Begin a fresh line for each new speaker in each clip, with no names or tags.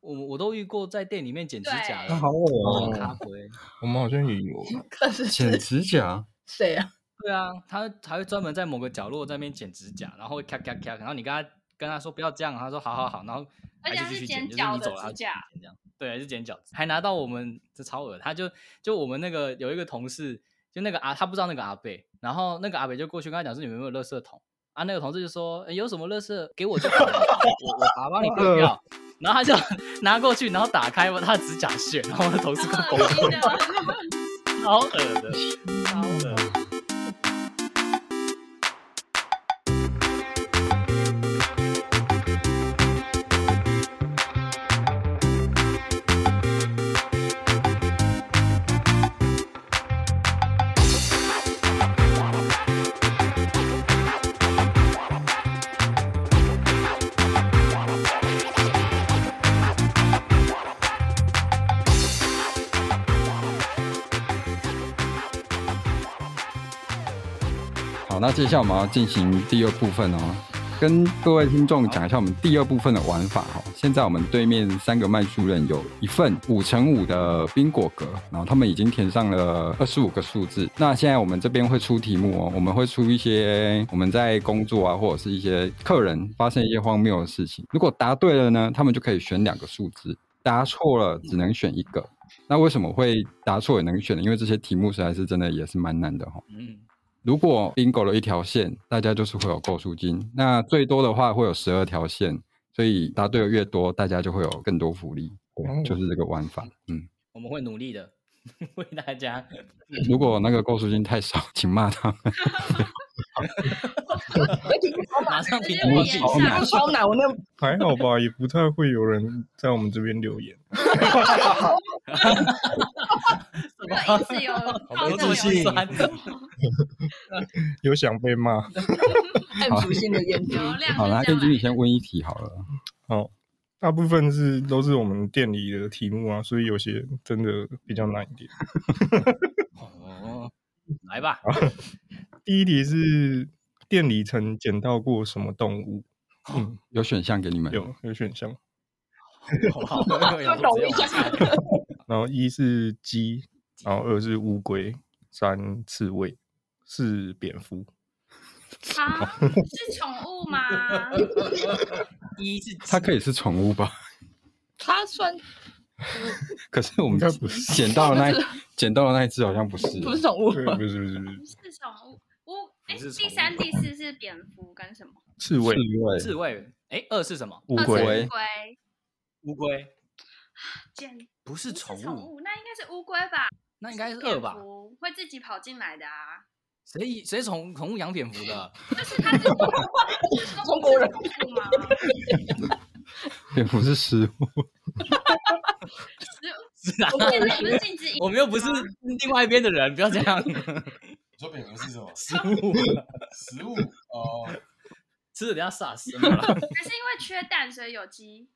我我都遇过在店里面剪指甲
那
的，
好恶
哦，
哦，
咖啡。
我们好像也有
可是
剪
是
指甲，
谁啊？
对啊，他还会专门在某个角落在那边剪指甲，然后会咔咔咔，然后你跟他跟他说不要这样，他说好好好，然后还
而且
是
他
继
是
续
剪
剪，就是
脚
你
的
走了他
指
就继续
甲
剪这样，对，是剪脚趾，还拿到我们这超恶，他就就我们那个有一个同事，就那个阿他不知道那个阿贝，然后那个阿贝就过去跟他讲说你们有没有垃圾桶啊？那个同事就说、诶有什么垃圾给我就好了，我我爸帮你丢掉。然后他就 拿过去，然后打开他的指甲屑，然后我的同事
超
快崩
恶心
溃，
的。
超恶的，超恶的。
好，那接下来我们要进行第二部分哦，跟各位听众讲一下我们第二部分的玩法哦。现在我们对面三个卖书人有一份五乘五的冰果格，然后他们已经填上了二十五个数字。那现在我们这边会出题目哦，我们会出一些我们在工作啊，或者是一些客人发生一些荒谬的事情。如果答对了呢，他们就可以选两个数字；答错了，只能选一个。那为什么会答错也能选呢？因为这些题目实在是真的也是蛮难的哈、哦。
嗯，
如果 bingo 了一条线，大家就是会有购书金。那最多的话会有十二条线，所以答对的越多，大家就会有更多福利。
哦
对，就是这个玩法。嗯，
我们会努力的， 为大家。
如果那个购书金太少，请骂他们。
马上
直
停
接
止
被
我
延
自己
好
上
难
超难，我那
还好吧，也不太会有人在我们这边留言。
没有一 次有
好
好
自信，好
有想被骂。
按属性的 眼睛。
流量
好啦，
就
燕
这
君，你
样啊
先问一题好了。
好，大部分是都是我们店里的题目啊，所以有些真的比较难一点。
哦，来吧，
第一题是店里曾捡到过什么动物？嗯，
有选项给你们，
有有选项。
好不好？ 我想说直接往下
然后一是鸡，然后二是乌龟，三刺猬，四蝙蝠。
来啊，是宠物吗？
一是
它可以是宠物吧？
他算
可是我们
应该不是
捡到的那一捡到的那一只好像不是。
不是宠物
对，
吗
不是不是不是，
是宠物。我哎，
不是
第
宠物
三、第四是蝙蝠跟什么？
刺
刺
猬、
猬
自卫。哎，二是什么？
乌
二是
龟。
乌龟，
龟
乌龟，
捡
不是
不
宠
宠
物，
物，那应该是乌龟吧？
那应该是
蝙
二吧？
蝠会自己跑进来的啊，
谁谁宠宠物养蝙蝠 的？
就是 它是中
中国人
宠物 吗？
蝙蝠是食物。
是啊，
我们
现在不是禁止饮
我们又不是另外一边的人，不要这 样。
你说蝙蝠是什么？
食物啊
食物哦，
吃了等下杀死嘛？
还是因为缺蛋所以有鸡？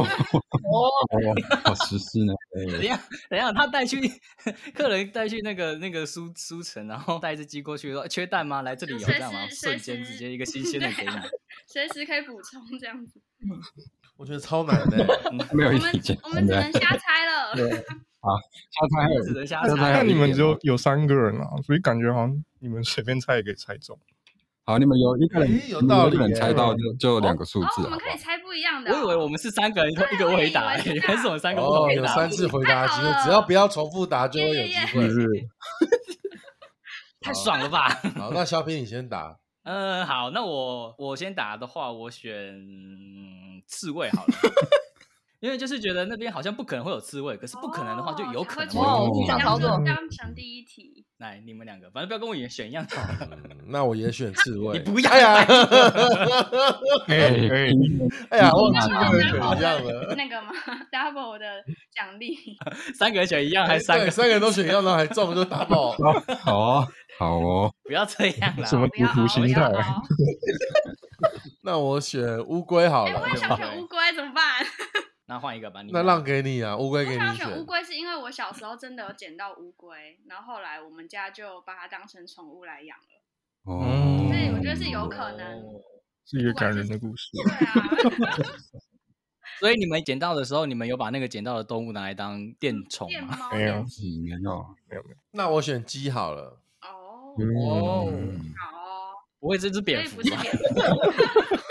哦，好实施呢。
等一下，等一下，他带去 客人带去那个那个书书城，然后带一只鸡过去说缺蛋吗？来这里有这样吗？
随
瞬
时
间直
随时啊
接一个新鲜的给你。
随时可以补充这样子。
我觉得超 难的。
没
我
有一
们
题简
我
单
们只
的。
能瞎猜了。
下次还有
只能 瞎
下次
猜
还
那
有
你
一
们
点
只有有三个人啊，所以感觉好像你们随便猜也可以猜中。
好，你们有一个人
诶有
你们
道
一个
理
人
耶
猜到就就两个数
哦，
字，
我
好
们
不
可以
好？
猜不一样的
我
哦。
以为我们是三个人，一个回答，
对我以为
原
是这样
来是我们三个不同
哦，
回
有
答。
三次回答机
太好了
会，只要不要重复答就会有
耶
机
耶耶
会。哦
太爽了吧？
好，那小品你先答。
嗯，好，那我我先打的话，我选嗯刺猬好了， 因为就是觉得那边好像不可能会有刺猬，可是不可能的话就有可能会
哦
有。
想
好多
当成第一题，
来，你们两个，反正不要跟我演选一样。
嗯那我也选刺猬。
你不要
哎呀，
哎哎，
哎 呀，我
那
记
我
得选
们
一样了。
那个嘛，double 的奖励，
三个人选一样，还三
哎对，
个，
三个人都选一样，然后还中就 double。
好哦，好哦，
不要这样啦。
什么
不要啊
赌徒
熬，不
心
要
态？
熬。
那我选乌龟好
哎，我也
了，
想选乌龟，怎么办？
那换一个吧，你
那让给你啊，乌龟
我
给
想
你
选乌
选。
龟，是因为我小时候真的有捡到乌龟，然后后来我们家就把它当成宠物来养了，
哦，
所以我觉得是有可能。啊
是一个感人的故事。
对啊，
所以你们捡到的时候，你们有把那个捡到的动物拿来当电宠
电
吗？
猫
没有
电鸡
几年哦，
那我选鸡好了。
哦，
哦
嗯
好哦，
不会，这只
所
蝙
以
蝠
不是
吧？
蝙蝠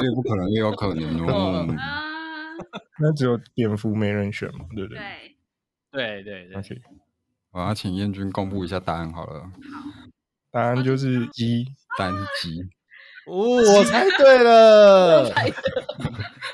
也不可能，也有可能哦。嗯
啊，
那只有蝙蝠没人选嘛，对不对？
对，
对对对，
OK，
我要请燕君公布一下答案好了，
答案
哦
就是鸡。
答案是 鸡。
哦，我猜对了，
哎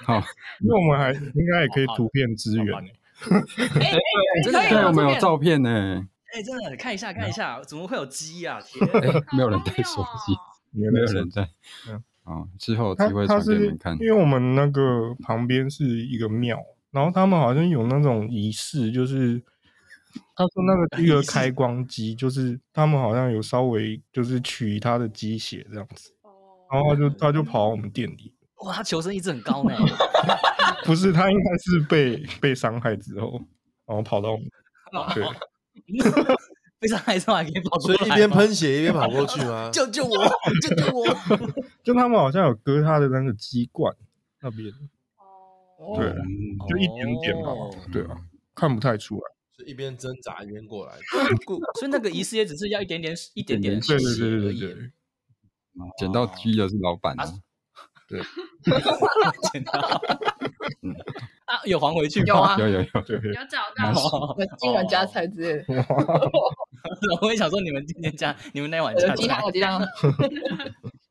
好，
那我们还应该也可以图片支援
嗯好棒
欸，
真 的
可以啊
对，我们
这
有
边
照片呢，
哎，真的看一下看一下，怎么会有鸡呀？天，
没有人在手
哦
机，
没有
没有
人
人在
嗯。
哦，之后有机
它
会
它
传给
是
你们看。
因为我们那个旁边是一个庙，然后他们好像有那种仪式，就是他说 那个是一个开光机，就是他们好像有稍微就是取他的鸡血这样子，
哦，
然后他就他就跑到我们店里，
哇，它求生意志很高呢。
不是他应该是被 被伤害之后，然后跑到我们， 对，
被伤害之后还可以跑出
所以
来吗，
一边喷血一边跑过去 吗？
救 救我，救救我！
就他们好像有割他的那个鸡冠那边，
哦，
对，
哦
就一点点吧，
嗯
对啊，看不太出来，
是一边挣扎一边过 来。
所以那个仪式也只是要一点点一点点
对对对
而
对
已
对对，
捡到鸡的是老板哦
啊捡到 啊，有还回去
有
吗？哦
啊，
有有有，
对，
有找
蛮
到
什么金碗加菜之类的，
我也想说，你们今天家，你们那晚
呃
有
家
鸡
菜
汤，有鸡汤，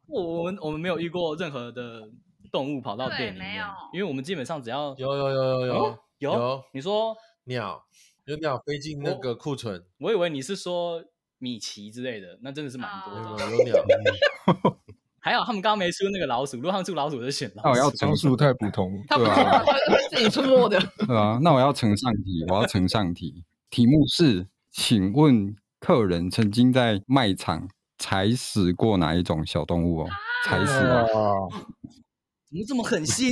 我我们我们没有遇过任何的动物跑到
对
店里
没
面
有，
因为我们基本上只要
有有有有
哦
有
有
有
你说，
鸟，有鸟飞进那个库存，
我以为你是说米奇之类的，那真的是蛮多
有
的。
哦
有有鸟。
还好他们刚刚没出那个老鼠，如果他们出老鼠，我就选
那
老
我
鼠。
要
张
呈
数太普 通了，
他不
对
是
啊
他会自己出没的，
对啊，那我要呈上题，我要呈上题，题目是：请问客人曾经在卖场踩死过哪一种小动物哦？踩死哦
哇
怎么这么狠 心？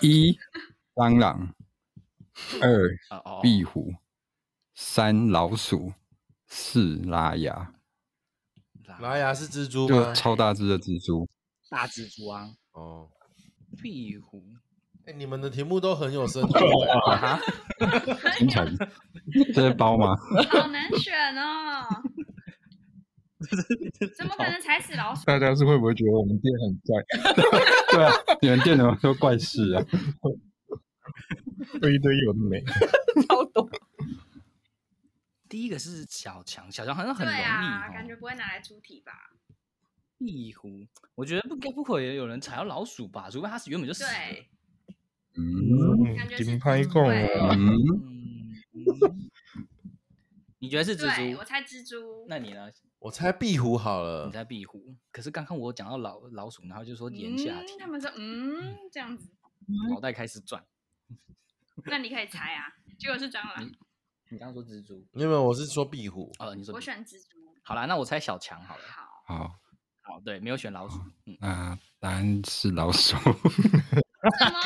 一蟑螂，
哎
二
哦哦，
壁虎，三老鼠，四拉牙，
拉牙是蜘蛛
就
吗？
超大只的蜘蛛。
大蜘蛛啊，
哦，
壁 虎，
哎，你们的题目都很有深度欸。
清晨，这是包吗？
好难选 哦，怎么可能踩死老鼠？
大家是会不会觉得我们店很怪？
对啊，你们店怎么都怪事啊？
对一堆有的没，
超多。
第一个是小强，小强好像很
对
容易、
啊，
哦
感觉不会拿来出题吧？
壁虎，我觉得不该不会有人踩到老鼠吧，除非它是原本就死了
对。，
嗯
感觉是
金拍供啊，
嗯，
嗯，你觉得是蜘
对，
蛛
我？猜蜘蛛。嗯
那你呢？
我猜壁虎好了
呃
你，在壁虎。可是刚刚我讲到老老鼠，然后就说
嗯
眼下题，
他们说嗯这样子，嗯
脑袋开始转。
那你可以猜啊。结果是蟑
嗯
螂，
你刚刚说蜘蛛，
因为我是说壁虎。
呃，你说
我
壁虎
选蜘蛛。
好啦，那我猜小强好了。
好，
好，
好，对，没有选老
哦
鼠。嗯，
那答案是老鼠。
什么？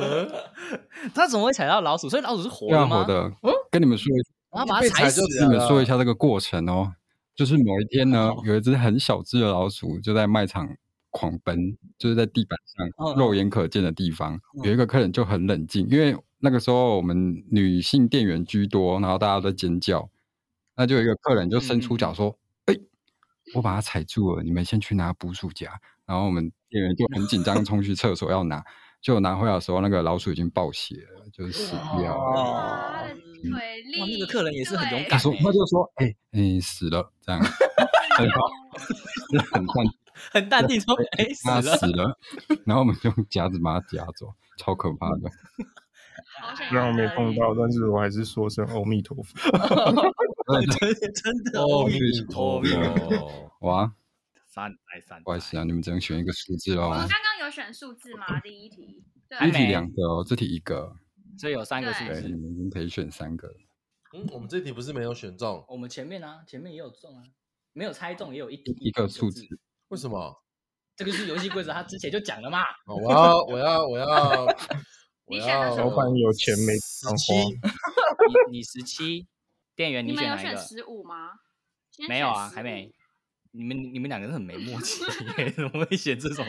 他怎么会踩到老鼠？所以老鼠是活
对啊，
的
活
吗？
的。跟你们说一
然后把它
被
踩
踩
死
就。死
跟你们
了
说一下这个过程哦。就是某一天呢，
哦
有一只很小只的老鼠就在卖场狂奔，就是在地板上
嗯
肉眼可见的地方。
嗯
有一个客人就很冷静，因为那个时候我们女性店员居多，然后大家都在尖叫。那就有一个客人就伸
嗯
出脚说：“哎、我把它踩住了，你们先去拿捕鼠夹。”然后我们店员就很紧张冲去厕所要拿，就拿回来的时候，那个老鼠已经爆血了，就是死掉了。
哇，他的腿力。
哦哇那个客人也是很勇
对
他
敢欸
说，他就说，哎、你、死了，这样，很好，就是很淡定，
很淡定说：“哎、死
他
了
死了，然后我们就用夹子把他夹走，超可怕的。
好
啊
险
让我没碰到，但是我还是说声哦阿弥陀佛。
真的真的，
哦，
阿弥陀佛
佛。
哇，
三来三，
不好意思啊，你们只能选一个数字
我
哦
啊
们，刚刚有选数字吗？第一题。
还
一
对，
没
题两个哦，这题一个，
所以有三个是不
对，你
是？
们已经可以选三个了。
嗯，我们这题不是没有选中，
我们前面啊，前面也有中啊，没有猜中也有一
一个数字
字，
为什么？
这个是游戏规则，他之前就讲了嘛。
好我要，我要，我要，我
你选了
要。
什
老板有钱没地方
七，
花，
你你十七，店员
你们
选
有
哪一
选
个？
十五吗？今天
没有
选
啊，
15
还没。。你们你们两个人很没默 契， 怎么会选这种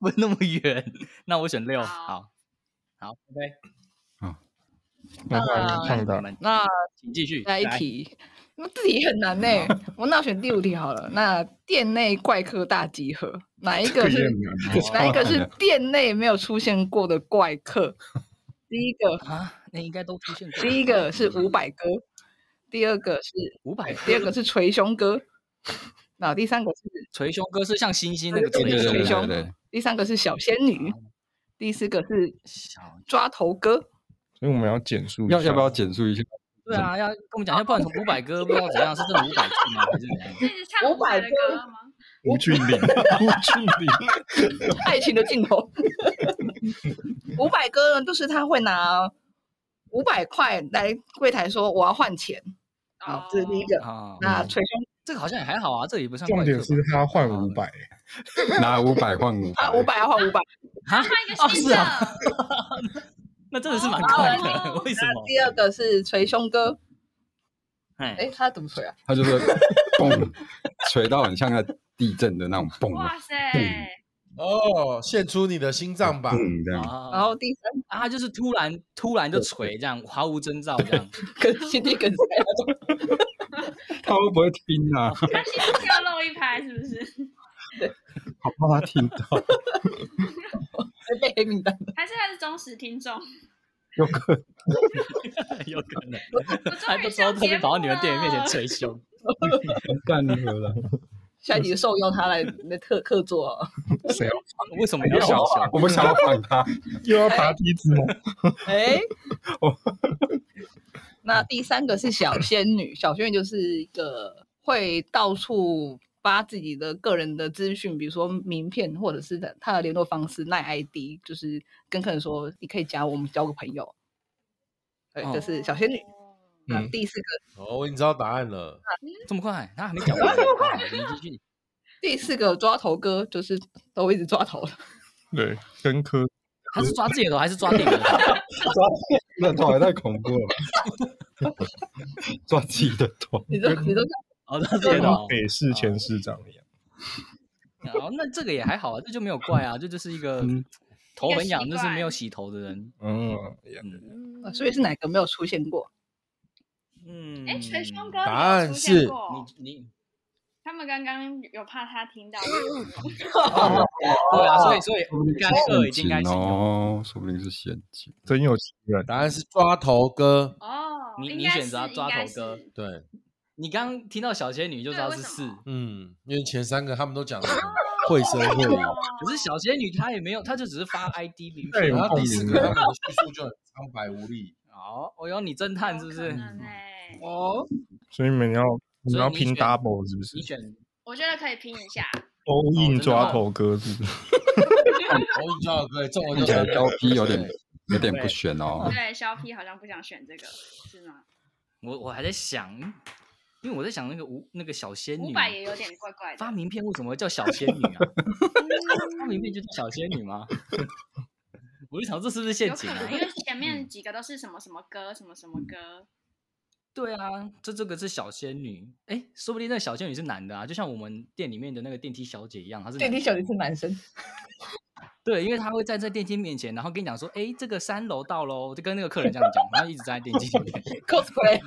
问那么远？那我选六，
好
好好，OK，
那
啊
换
我
他，
们
那
请继续
下一，题，那这题很难呢、我那我选第五题好了。那店内怪客大集合，哪一个是哪一个是店内没有出现过的怪客？第一个，
来啊，那应该都出现过。
第一个是五百哥，第二个是
五百
第二个是捶胸哥，然后第三个是
捶胸哥是像星星那个
对
捶
对
胸
对对
捶胸
对对，
第三个是小仙女，第四个是
小，
抓头哥。
所以我们要简述一下。
要要不要简述一下？
对啊，要跟我们讲一下，不然从五百哥不知道怎样，是真的五百次吗？还是怎样？
自己唱
伍佰
伍佰的
歌
歌吗？
吴 俊霖？吴俊霖，
爱情的尽头。五百哥呢，就是他会拿五百块来柜台说我要换钱，好，这是
哦
第一个。
啊，
那捶胸
这个好像也还好啊，这也不算
重
怪客
点是
吧。
他换五百，
拿五百换五
啊，五百要换五百。
啊，
换一个新
是
的，
啊 那真的是蛮快的，
哦
为什
那
么？
第二个是捶胸哥，
哎，
哎，他怎么捶啊？
他就是嘣，锤到很像那地震的那种嘣
哇塞，
嗯
哦，献出你的心脏吧！
嘣这样。
然
哦
然后第三
啊，他就是突然突然就捶这样，毫无征兆这样。
个是心肌梗塞，
他会不会听啊？
他心里要露一拍是不 是？
好怕他听到，
会被黑名单。
还是他是忠实听众？
有可能
有可能，
我
还
终
不
于
知道
上
特
节
别跑到你们店员面前
目了
捶 胸。
干了 啦。
下一集受用他来来特客座啊，
谁要
为什么要捶啊
想
胸？
我们想要反 他，
又要爬梯子吗？
哎
哦，
那第三个是小仙女， 小仙女就是一个会到处把自己的个人的资讯，比如说名片或者是她的联络方式、奈 ID，就是跟客人说你可以加我们交个朋友。对，
哦
这是小仙女。那
嗯
第四个，
哦，我已经知道答案了。
这么快？他还没讲完。啊你继续。
第四个抓头哥就是都一直抓头，
对，跟科
他是抓自己的哦头还是抓店员的头？
那头也太恐怖了吧， 抓自己的头。
你都你都
哦，抓自己的
跟
头。
北市前市长一样，
哦，那这个也还好啊，这就没有怪啊，这就是一个
嗯
头很痒，
一
就
个习惯
是没有洗头的人。
嗯，
呃所以是哪个没有出现过？
嗯，
哎，捶胸哥，
答案
你有出现
是
过
你你
他们刚刚有怕他 听到，我
对啊，所以所以干涉已经
陷
开始
阱
有。
哦，说不定是陷阱。
真有其人。
答案是抓头哥。
哦，
你
应
你
该
选
是
择抓
应该
头哥
是
对，
你刚刚听到小仙女就知道是
对为
四
什，么
嗯，因为前三个他们都讲的绘声 绘影，
哦
可是小仙女她也没有，她就只是发 ID 名
对
片
然
我
后第四个他们的叙述就很苍白无力。
哦，哦哟，你侦探是不
有
是
可？能欸
哦，
所以你们要你们要
所以你
拼
选
double 是不是
你选
我觉得可以拼一下，
？all
真
in
的
抓
哦
头哥是不是？
我已经抓了哥，中了
看
就
起来
三
高
个。
低有点有点不选哦。
对，肖 P 好像不想选这个，是吗？
我我还在想，因为我在想那个吴那个小仙
五
女
百也有点怪怪的
发。名片为什么会叫小仙女啊？ 发名片就叫小仙女吗？ 我就想这是不是陷
有可
阱啊
能，？因为前面几个都是什么什么歌，什么什么歌，
对啊，这这个是小仙女，哎，说不定那个小仙女是男的啊，就像我们店里面的那个电梯小姐一样，她是
对，
男
你
的
小的是男生，
对，因为她会站在电梯面前，然后跟你讲说，哎，这个三楼到喽，就跟那个客人这样讲，然后一直站在电梯里面，
cosplay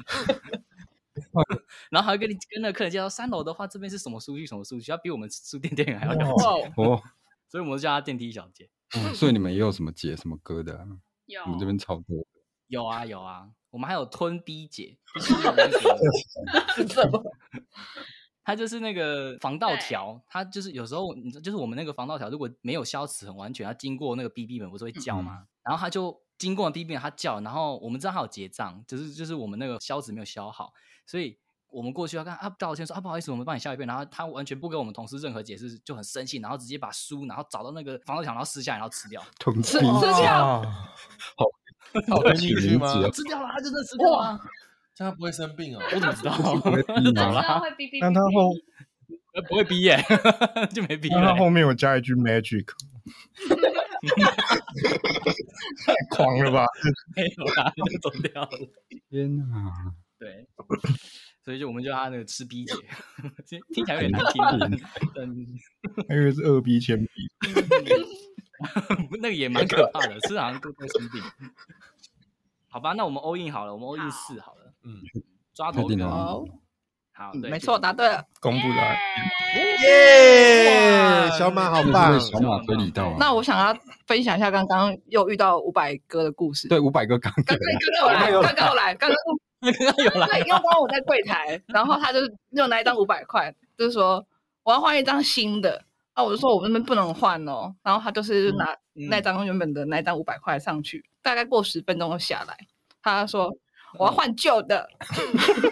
然后还会跟你跟那个客人介绍三楼的话，这边是什么数据什么数据，她比我们书店店员还要了解，
哦，
哦，
所以我们就叫她电梯小姐。
哦所以你们也有什么解什么歌的啊？
有
我们这边超多。
有啊有啊，我们还有吞 B 姐，就是有那个
是什么？
它就是那个防盗
对
条，它就是有时候你知道，就是我们那个防盗条如果没有消磁很完全，它经过那个 BB 门不是
嗯
会叫吗？然后它就经过了 BB 门，它叫，然后我们知道它有结账，就是就是我们那个消磁没有消好，所以我们过去要看啊道歉说啊不好意思，我们帮你消一遍，然后他完全不给我们同事任何解释，就很生气，然后直接把书然后找到那个防盗条，然后撕下来，然后吃掉，
同志
是
哦
是这样，
啊
他有吞进去吗？
哦
吃掉了，他就真的吃掉了啊，
这样他不会生病哦。
我怎么知道？
会
怎
但
么
之后
了？
会哔哔哔哔。
但他后
呃不会逼耶、 就没逼
但他
了、
后面有加一句 magic，太狂了吧？
没有啦，就走掉了。
天哪！
对，所以就我们就叫他那个吃逼姐，
哎
听起来有点难听啊。嗯，
还以为是二 B 铅笔，
那个也蛮可怕的，是好像各种生病。好吧，那我们 all in 好了，我们 all in 四好了，
嗯，
抓头
确
跟
定了吗
好，
好，
嗯
对，
没错，答对了。
公布答案。
耶，
哇
小马好
就是
棒
被！小马推理到啊。
那我想要分享一下刚刚又遇到五百哥的故事。
对五百个刚
刚刚有来，刚刚有来，刚 刚
那个有来
对，因为刚刚我在柜台，然后他就又拿一张五百块，就是说我要换一张新的。啊，我就说我们那边不能换哦，然后他就是拿那张原本的那张五百块上去，大概过十分钟又下来，他说我要换旧的，
新的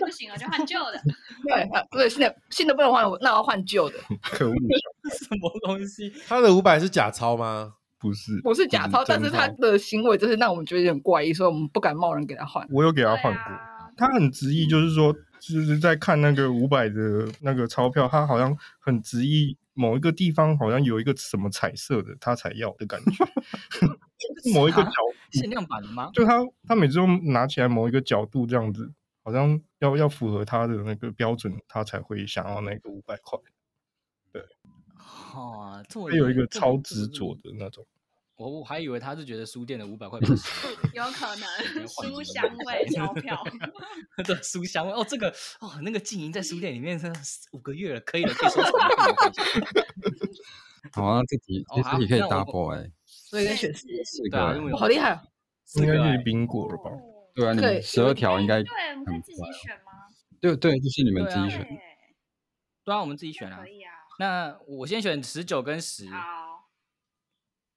不行了，就换旧的。
对，他对，新的新的不能换，我那我要换旧的，
可恶，
什么东西？
他的五百是假钞吗？
不是，
我是假钞，
真
但是他
钞
嗯的行为就是让我们觉得有点怪异，所以我们不敢贸然给他换。
我有给
对
他换过。
啊，
他很执意，就是说，
嗯
就是在看那个五百的那个钞票，他好像很执意某一个地方好像有一个什么彩色的，他才要的感觉。 某一个角，
限量版的 吗？
就他他每次都拿起来某一个角度这样子，好像要要符合他的那个标准，他才会想要那个五百块。
哦，这么
他有一个
这么嗯
超执着的那种，
我我还以为他是觉得书店的五百块比较实 惠
有可能
换一
书
个
香味钞票，
对书香味哦，这个哦，那个静莹在书店里面是五个月了，可以了，可以收藏了。可以了可以 收藏了
好啊，这题
哦
这题
好
可以
那我
double 哎，
所以跟选四，
四
对
个
啊，
欸
因为
我
有
好厉害哦！
四
应该
个
就是
欸
冰果了吧？
对啊，你
对
们十二条应该
对，我们可以自己
很
选吗？
对对，就是你们自己
对啊
选。
对，
对啊，我们自己选啊
可。以啊。
那我先选十九跟十，
好，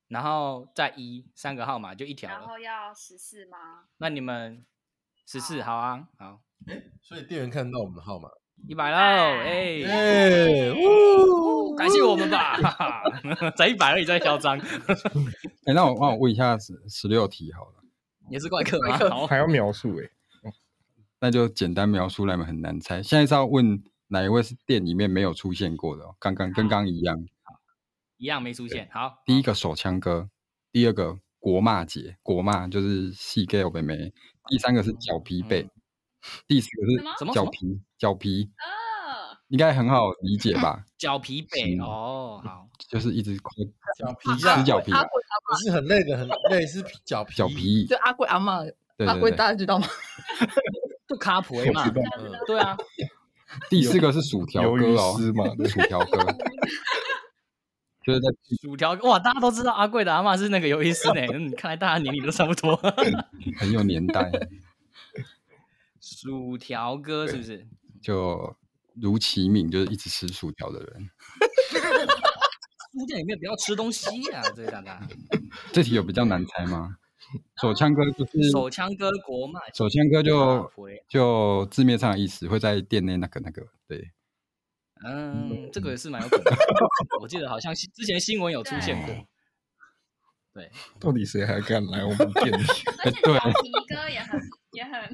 然后再一三个号码就一条
然
了。
后要十四吗？
那你们十四好啊，好
所以店员看到我们的号码，
一百喽，哎，
耶！呜
感谢我们吧， 哈哈才一百而已，再嚣张，
哎，那我那我问一下十十六题好了，
也是怪客吗？
怪客
好
还要描述欸诶、
那就简单描述来，你们很难猜。现在是要问哪一位是店里面没有出现过的哦？刚刚跟刚一样，
一样没出现。好，
第一个手枪哥，第二个国骂节，国骂就是细 gay 妹妹，第三个是脚皮背，第四
什么
个
什
是
么
脚皮脚皮，
二
应该很好理解吧？
脚皮北
嗯
哦，好，
就是一直抠
脚皮
吃
呀，
脚皮，啊
阿贵阿
不是很累的，很累是脚皮
脚，皮，
就阿贵阿妈，
对
阿贵
对对。
大家知道吗？
就卡普嘛
我知，道
嗯，
对啊，
第四个是薯条
鱿
哥
鱼
哦，
丝嘛对
薯条哥，就是在
薯条哇，大家都知道阿贵的阿妈是那个鱿鱼丝呢，嗯，看来大家年龄都差不 多。
很有年代，
薯条哥是不是？
就如其名，就是一直吃薯条的人。
书店里面不要吃东西 啊，这个大家。
这题有比较难猜吗？手枪哥就是
手啊枪哥国骂
手枪哥就
卡回
就字面上的意思会在店内那个那个，对，
嗯，这个是蛮有可 能的。我记得好像新之前新闻有出现过。对，
到底谁还敢 来我们店里？
而且
对
脚皮哥也很也很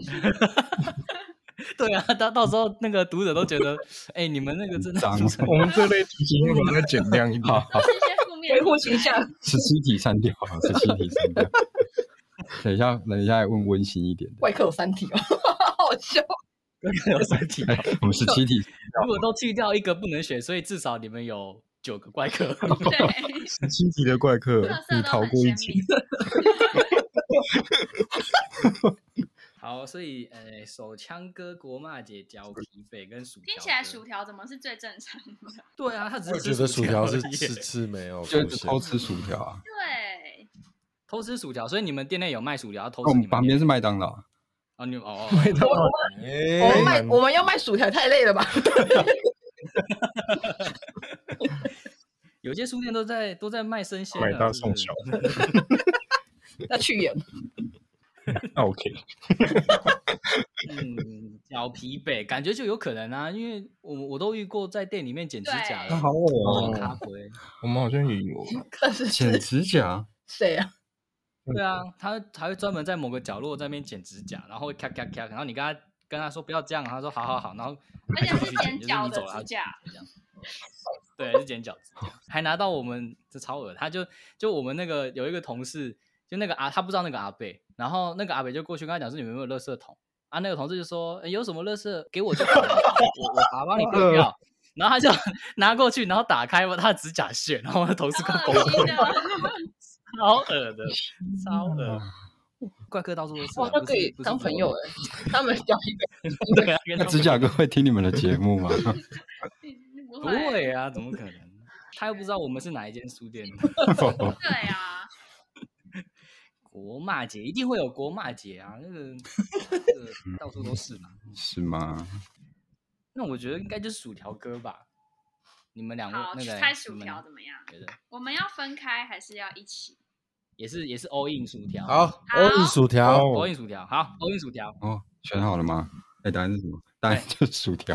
对啊，到到时候那个读者都觉 得，哎、你们那个真的
脏
是
我们这类题型我们再减量一 点。
都是一些负面
维
的
护形象。
十七题删掉了，十七题删掉。 等一下，等一下，问温馨一点的。
外科有三题哦， 好笑。
有三题。
哎，我们十七题，
如果都去掉一个不能选，所以至少你们有九个怪 客。
对，
十七级的怪客
特，色
你
都
逃
很
过一
鲜
劫
明。。
好，所以呃，手枪哥、国骂姐、脚皮北跟薯条，
听起来薯条怎么是最正常的？
对啊，他只
我
是
觉
吃
得薯条是
而已
是吃没有
就
出
是偷
现，
吃薯条啊。
对，
偷吃薯条，所以你们店内有卖薯条，要偷
哦那我
吃你们
们旁
店
边是麦当劳，
啊
哦，你们哦，
我
哎
们卖我们要卖薯条太累了 吧？
有些书店都在都在卖生鲜啊，
买大
是不
送
是
小
要去演
，OK，
嗯，脚皮北感觉就有可能啊，因为我我都遇过在店里面剪指甲的
对，
啊好恶
哦，
哦
咖啡，
我们好像也有。
可是
剪指甲，
谁啊？
对啊，他还会专门在某个角落在那边剪指甲，然后会咔咔咔，然后你跟他跟他说不要这样，他说好好好，然后
而且
还继
是
续
剪
就是
脚
你
的
走了他啊
指
就
甲，
这样。对，是剪脚趾甲，还拿到我们这超额，他就就我们那个有一个同事，就那个阿他不知道那个阿贝，然后那个阿贝就过去跟他讲说你们有没有垃圾桶啊？那个同事就说、诶有什么垃圾给我就好了，我我把帮你丢掉。然后他就 拿过去，然后打开他的指甲屑，然后我的同事快
好
崩
恶心
溃，
的，
超恶的，超恶。怪客到处都是啊，
哇，他
不
可
是
以
不是
当
只
朋
有
友
我
哎，他们交一杯，
对啊，跟
那
他
指
们
甲哥会听你们的节 目吗？
不
不 会啊，怎么可能？他又不知道我们是哪一间书店。
哦
对啊，
国骂节一定会有国骂节啊，那 个那个到处都是嘛。
是吗？
那我觉得应该就是薯条哥吧。你们两位
好，
那
去
个
猜
嘞
薯
你们
条怎么样？
觉得
我们要分开还是要一 起？
也是也是 all in 薯条，
好，欧印薯条，
all
哦
in 薯条，好 all in 薯条，
哦，选好了吗？哎、答案是什么？答案就是薯条。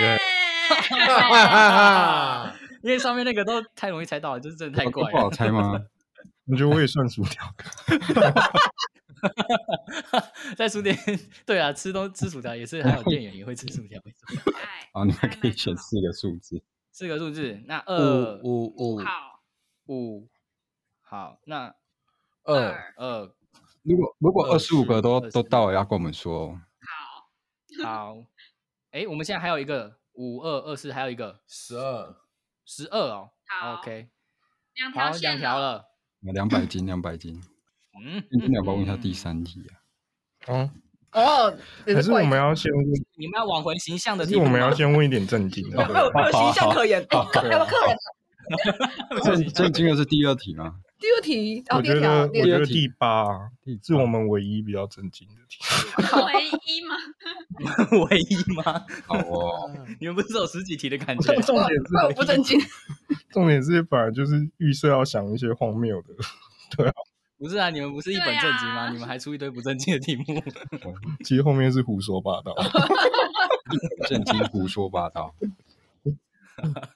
耶！
哈哈哈！
因为上面那个都太容易猜到了，就是真的太怪
哦不好
了。
猜吗？
我觉得我也算薯条，
在书店，对啊，吃东吃薯条也是，还有店员也会吃薯条。没错
哎
啊，你们可以
麦
选
当
四个数字。
四个数字，那
五
二
劳
五五
好
五，好，那
二，
二
二
如果如果
二
二
十
十五个都
二十
都到了，要跟我们说哦。
好
好，哎，我们现在还有一个五二二四，还有一个
十二，
十二哦。
好
OK，
两
好
条，
两
线
条了。
两百斤，两百斤。
嗯，
今天要不要问一下第三题啊？
啊，
哦，也
还是我
怪
们要先问，
你们要挽回形象的
还
题
是
目
我
吗，
们要先问一点正经
没有没有
的，
没有形象可言，哎
好好
客有客人。
正正经的是第二题吗？
第二题，哦，
我
第二
觉
条，
得
第
我
二
觉
条
得第八啊是我们唯一比较正经的题，
唯一 吗？
唯一吗？
好哦，
你们不是有十几题的感 觉？
重点是
怪呃我不正经。
重点是本来就是预设要想一些荒谬的，
不是啊，你们不是一本正经吗？
对啊
你们还出一堆不正经的题目，
其实后面是胡说八道。
正经胡说八道。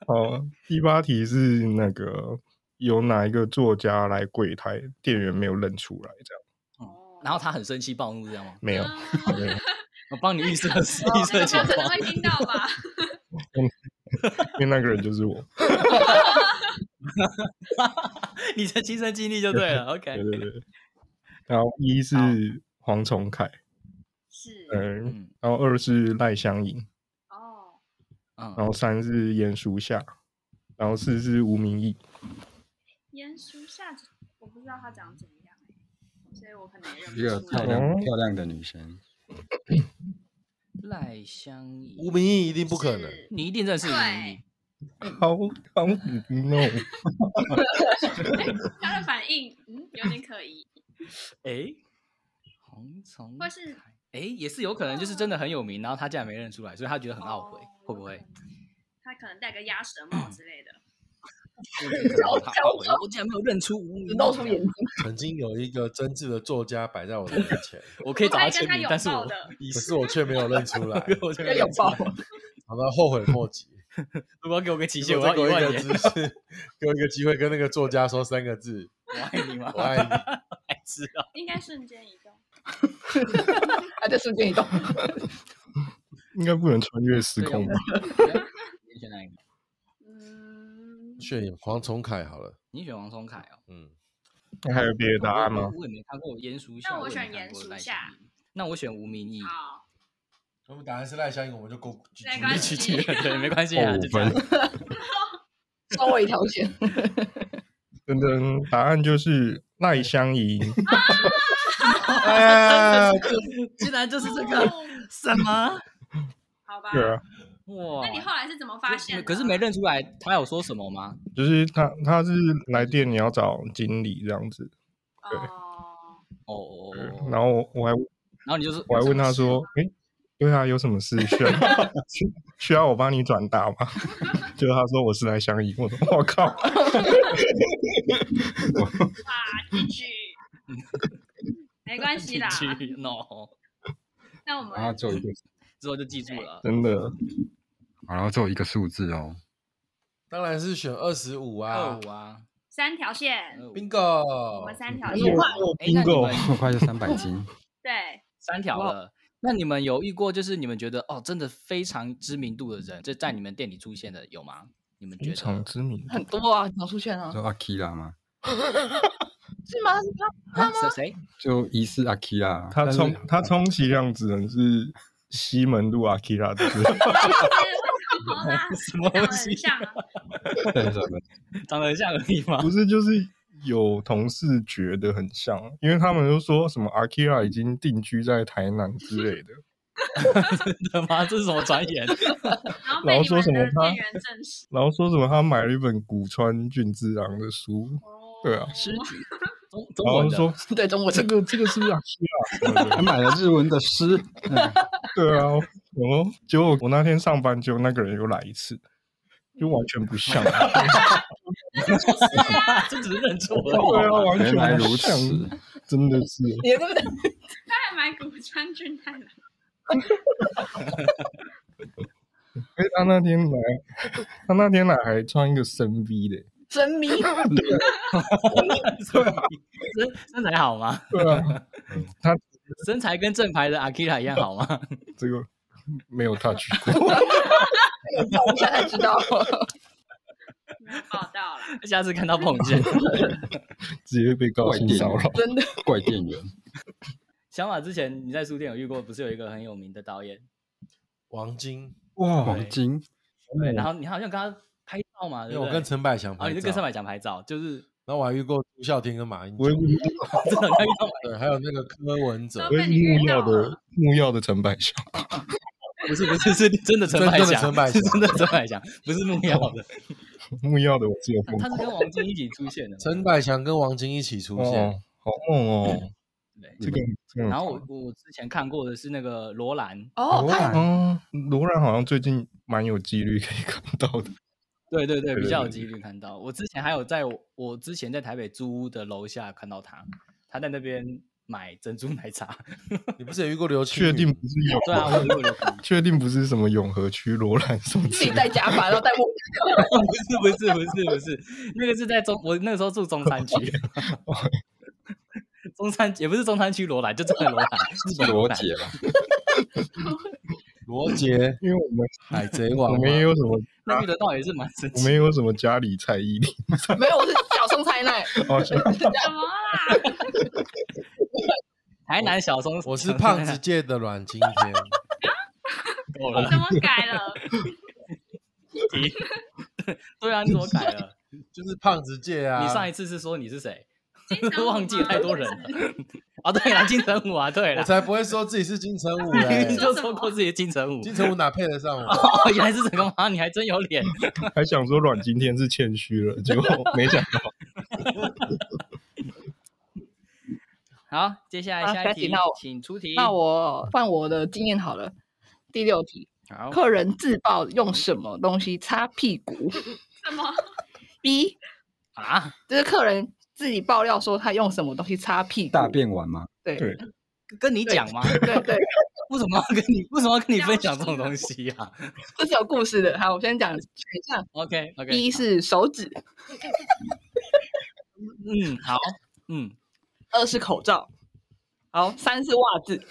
好，第八题是那个有哪一个作家来柜台，店员没有认出来，这样
哦
然后他很生气暴怒，这样吗？
没有。
啊
嗯
没有
我帮你预 设是预
哦那
设
个
情
他可能
况
会，听到 吧？
因为那个人 就是我，
你的亲身经历就对了。OK，
对对对。然后一是黄崇凯，
是
嗯，
嗯
然后二是赖香吟，
哦，
然
嗯，
后三是严淑夏，然后四是吴明义。
严叔下集我不知道他长怎样欸所以我可能也认
一个
不出
漂
来。
亮
嗯
漂亮的女生，
赖香怡，
吴明义一定不可能，
是
你一定认识吴明义
对，
嗯
好哦好，no，
他的反应，嗯，有点可疑。
哎，红虫
或是
凯，哎，也是有可能，就是真的很有名，然后他竟然没认出来，所以他觉得很懊悔
哦，
会不会？？
他可能戴个鸭舌帽之类的。
就是可能他懊 悔，我竟然没有认出吴明义，
露出 眼睛，
曾经有一个真挚的作家摆在我的面前，
我可以找他签
我可以跟
名，
他
但是
拥
我
抱的
以
可是我却没有认出 来，
我这
要
个
拥抱。
好到后悔莫 及。
如果要给我个期限，
如
我
果
要
再
一万
给我一个
元。
姿势，给我一个机会跟那个作家说三个字：
我爱你吗？
我爱你。
白痴啊！
应该瞬间移动。
他在瞬间移动。
应该不能穿越时
对
空吧？？
你选哪一个？
嗯，
选黄崇凯好了，
你选王松凯哦。
嗯，
啊
那还有别的答案吗？
我也没看过严淑夏，
那我
也
选
没看
严
过
淑
赖
夏
香吟，那我选吴明义。
好，
我们答案是赖香吟，我们就够
没关系
对，没关系啊，
扣
就
五
这样
分。。
稍微一条线，
噔噔，答案就是赖 香吟。
哎，
竟然就是这
哦
个什么？
好吧。
对啊，
哇
那你后来是怎么发现的？
可是没认出来，他有说什么吗？
就是他，他是来店你要找经理这样子，
哦，
哦哦
对
哦，
然后我我还
然后你就是
我还问他说，诶，对啊，有什么事 需要需需要我帮你转达吗？ 就是他说我是来相依，我说我靠，
哇，进去，没关系 啦。
去 no，
那我
然
啊
后
们
只有一个，
之后就记住了。
真的
然后只有一个数字哦。
当然是选二十五
二
啊
五啊，
三条线，
二五
我们
，bingo，
三条
是
线，
哎那你
bingo
们
这么快就三百斤，
对，
三条了。那你们有遇过，就是你们觉得哦，真的非常知名度的人，就在你们店里出现的有吗？你们觉
非常
得？
知名，
很多啊，常出现啊，
就阿 k 拉吗？
是吗？ 是他
啊谁谁？
就疑似阿 k 拉，
他
啊但是
充 他充其量只能是西门路阿基拉的，
就是为什好啦，
什么东
长得
西
很？像啊，
对什么？
长得很像而已吗？
不是，就是有同事觉得很像，因为他们都说什么 Akira 已经定居在台南之类 的。
真的吗？这是什么传言？
然后
然
被
后
你
说
们
什么
的
他
店员证实。
然后说什么他买了一本古川俊之郎的书，
哦
对啊
诗句，
中中
然后
文
说
的
对中国
这
这个
个这个是不是 Akira？
还买了日文的诗，
对啊，然后结果我那天上班，结果那个人又来一次，就完全不 像。
这只是认错而
对
已
啊，
嘛。
完
原来
全
如
不
此
像， 真的是。
你对不对？
他还买古川俊太郎，
哎，他那天来，他那天来还穿一个深 V 的，
神迷，
所
啊
以 身身材好吗？
对 啊，他
身材跟正牌的 Akira 一样好吗？
这个没有 touch 过。
我现在 知道了，
没有报道啦。
下次看到碰见。
直接被高薪骚扰。
真的
怪店员。
想法之前你在书店有遇过，不是有一个很有名的导演，
王晶，
哇，
黄金
对，然后你好像跟他拍照嘛，
因
对
为
不
我
对？
跟陈百强
哦，
拍
你是跟
照
上，百强拍照，就是
然后我还遇过朱孝天跟马英九
我，也不知道
真的那个
对，还有那个柯文哲
都，
我也
被
是
你遇
木
到了
曜的，木曜的陈百祥，
不是不是是真的陈
真
百
正的
祥，
陈百
是
祥
真的陈百祥，不是木曜的，
木曜的我只有疯
他
狂
是跟王晶一起出现的嘛。
陈百强跟王晶一起出现
哦，，好
嗯
梦哦，
对
这个。这个
嗯然后我我之前看过的是那个罗兰，
哦，他
嗯，罗兰好像最近蛮有几率可以看到的。
对对对，
对
比
对
较有
对
几率看到。我之前还有在我我之前在台北租屋的楼下看到他，他在那边买珍珠奶茶。
你不是也遇过刘青
确
云？
定不是永
对啊，我有遇过刘青云
确定不是什么永和区罗兰什么
自
之
己
类的。
戴假发，然后戴 墨镜，
不是不是不是不是，那个是在中，我那个时候住中山区，中山也不是中山区罗兰，就真的罗兰，日本罗
罗
兰。
姐吧，
罗杰、
因为我们
海贼王
我
嘛，
们也有什么，
那遇得到也是蛮神
我
奇
们
的。
也有什么家里蔡依林，
没有，我是小松 菜奈，
好像
什么啊 啦？
台南小松，
我是胖子界的阮经天，
够了。
怎么改了？
对啊，你怎么改 了？
就是胖子界啊。
你上一次是说你是谁？
金城武
都
吗
忘记太多人了。啊，对啦，金城武啊，对
我
啦，
才不会说自己是金城武嘞
你，就说过自己金城武。
金城武哪配得上 我？
哦，原来是这个吗？你还真有脸。
还想说阮今天是谦虚了， 结果没想到。
好，接下来
好
下
下
一
一题
题
那我，
请出题。
那我换我的经验好了。第六题，
好，
客人自曝用什么东西擦屁 股
什么？
？B，
啊，
就是客人自己爆料说他用什么东西擦屁股。
大便完吗？
对
对
跟你讲 吗？
对对，
为什么要跟你为什么要跟你分享这种东西啊呀、
这是有故事的。好，我先讲选项
OK OK，
一是手指，
嗯好嗯，
二是口罩，好，三是袜子，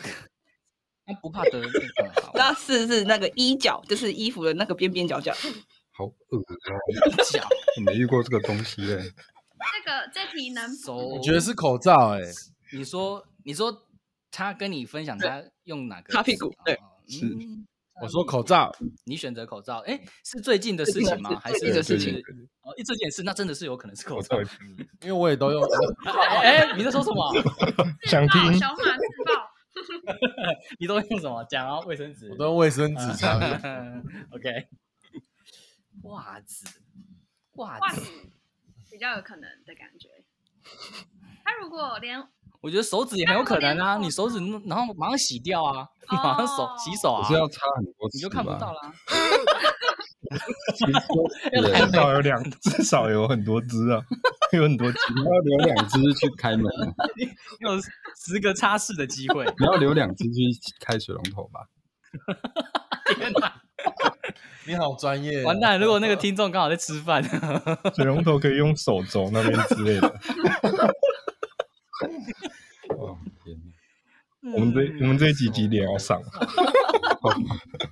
他不怕得那个 好
那四是那个衣角，就是衣服的那个边边角角。
嗯
好恶哦，
脚
我没遇过这个东西嘞。
这个这题能
手。
我觉得是口罩哎、
你说你说他跟你分享他用哪个
擦屁股
哦
对
是
嗯
我说口罩，
你选择口罩，哎，是最近的事情吗？还
最近
是
的事
是
情
哦，一这件事，那真的是有可能是口
我
罩
操。，
因为我也都用。
哎，哎你在说什么？
自
想
爆
听
小马自爆，
你都用什么？讲啊，卫生纸啊
我。都用卫生纸擦屁股。
OK，袜子，袜
袜
子，
子比较有可能的感觉。他如果 连
我觉得手指也很有可能啊，你手指弄然后马上洗掉啊，
哦
马上
哦
手洗手
我
啊
是，要擦很多次吧，
你就看不到啦。
其实说
要来
对
至少有两，至少有很多只啊，有很多只。
你要留两只去开门，啊
你有十个擦拭的机会。
你要留两只去开水龙头吧。
天哪，
你好专业、哦
完蛋！如果那个听众刚好在吃饭，
水龙头可以用手肘那边之类的。
哦天哪，
嗯
我们这我们这一集几点要上？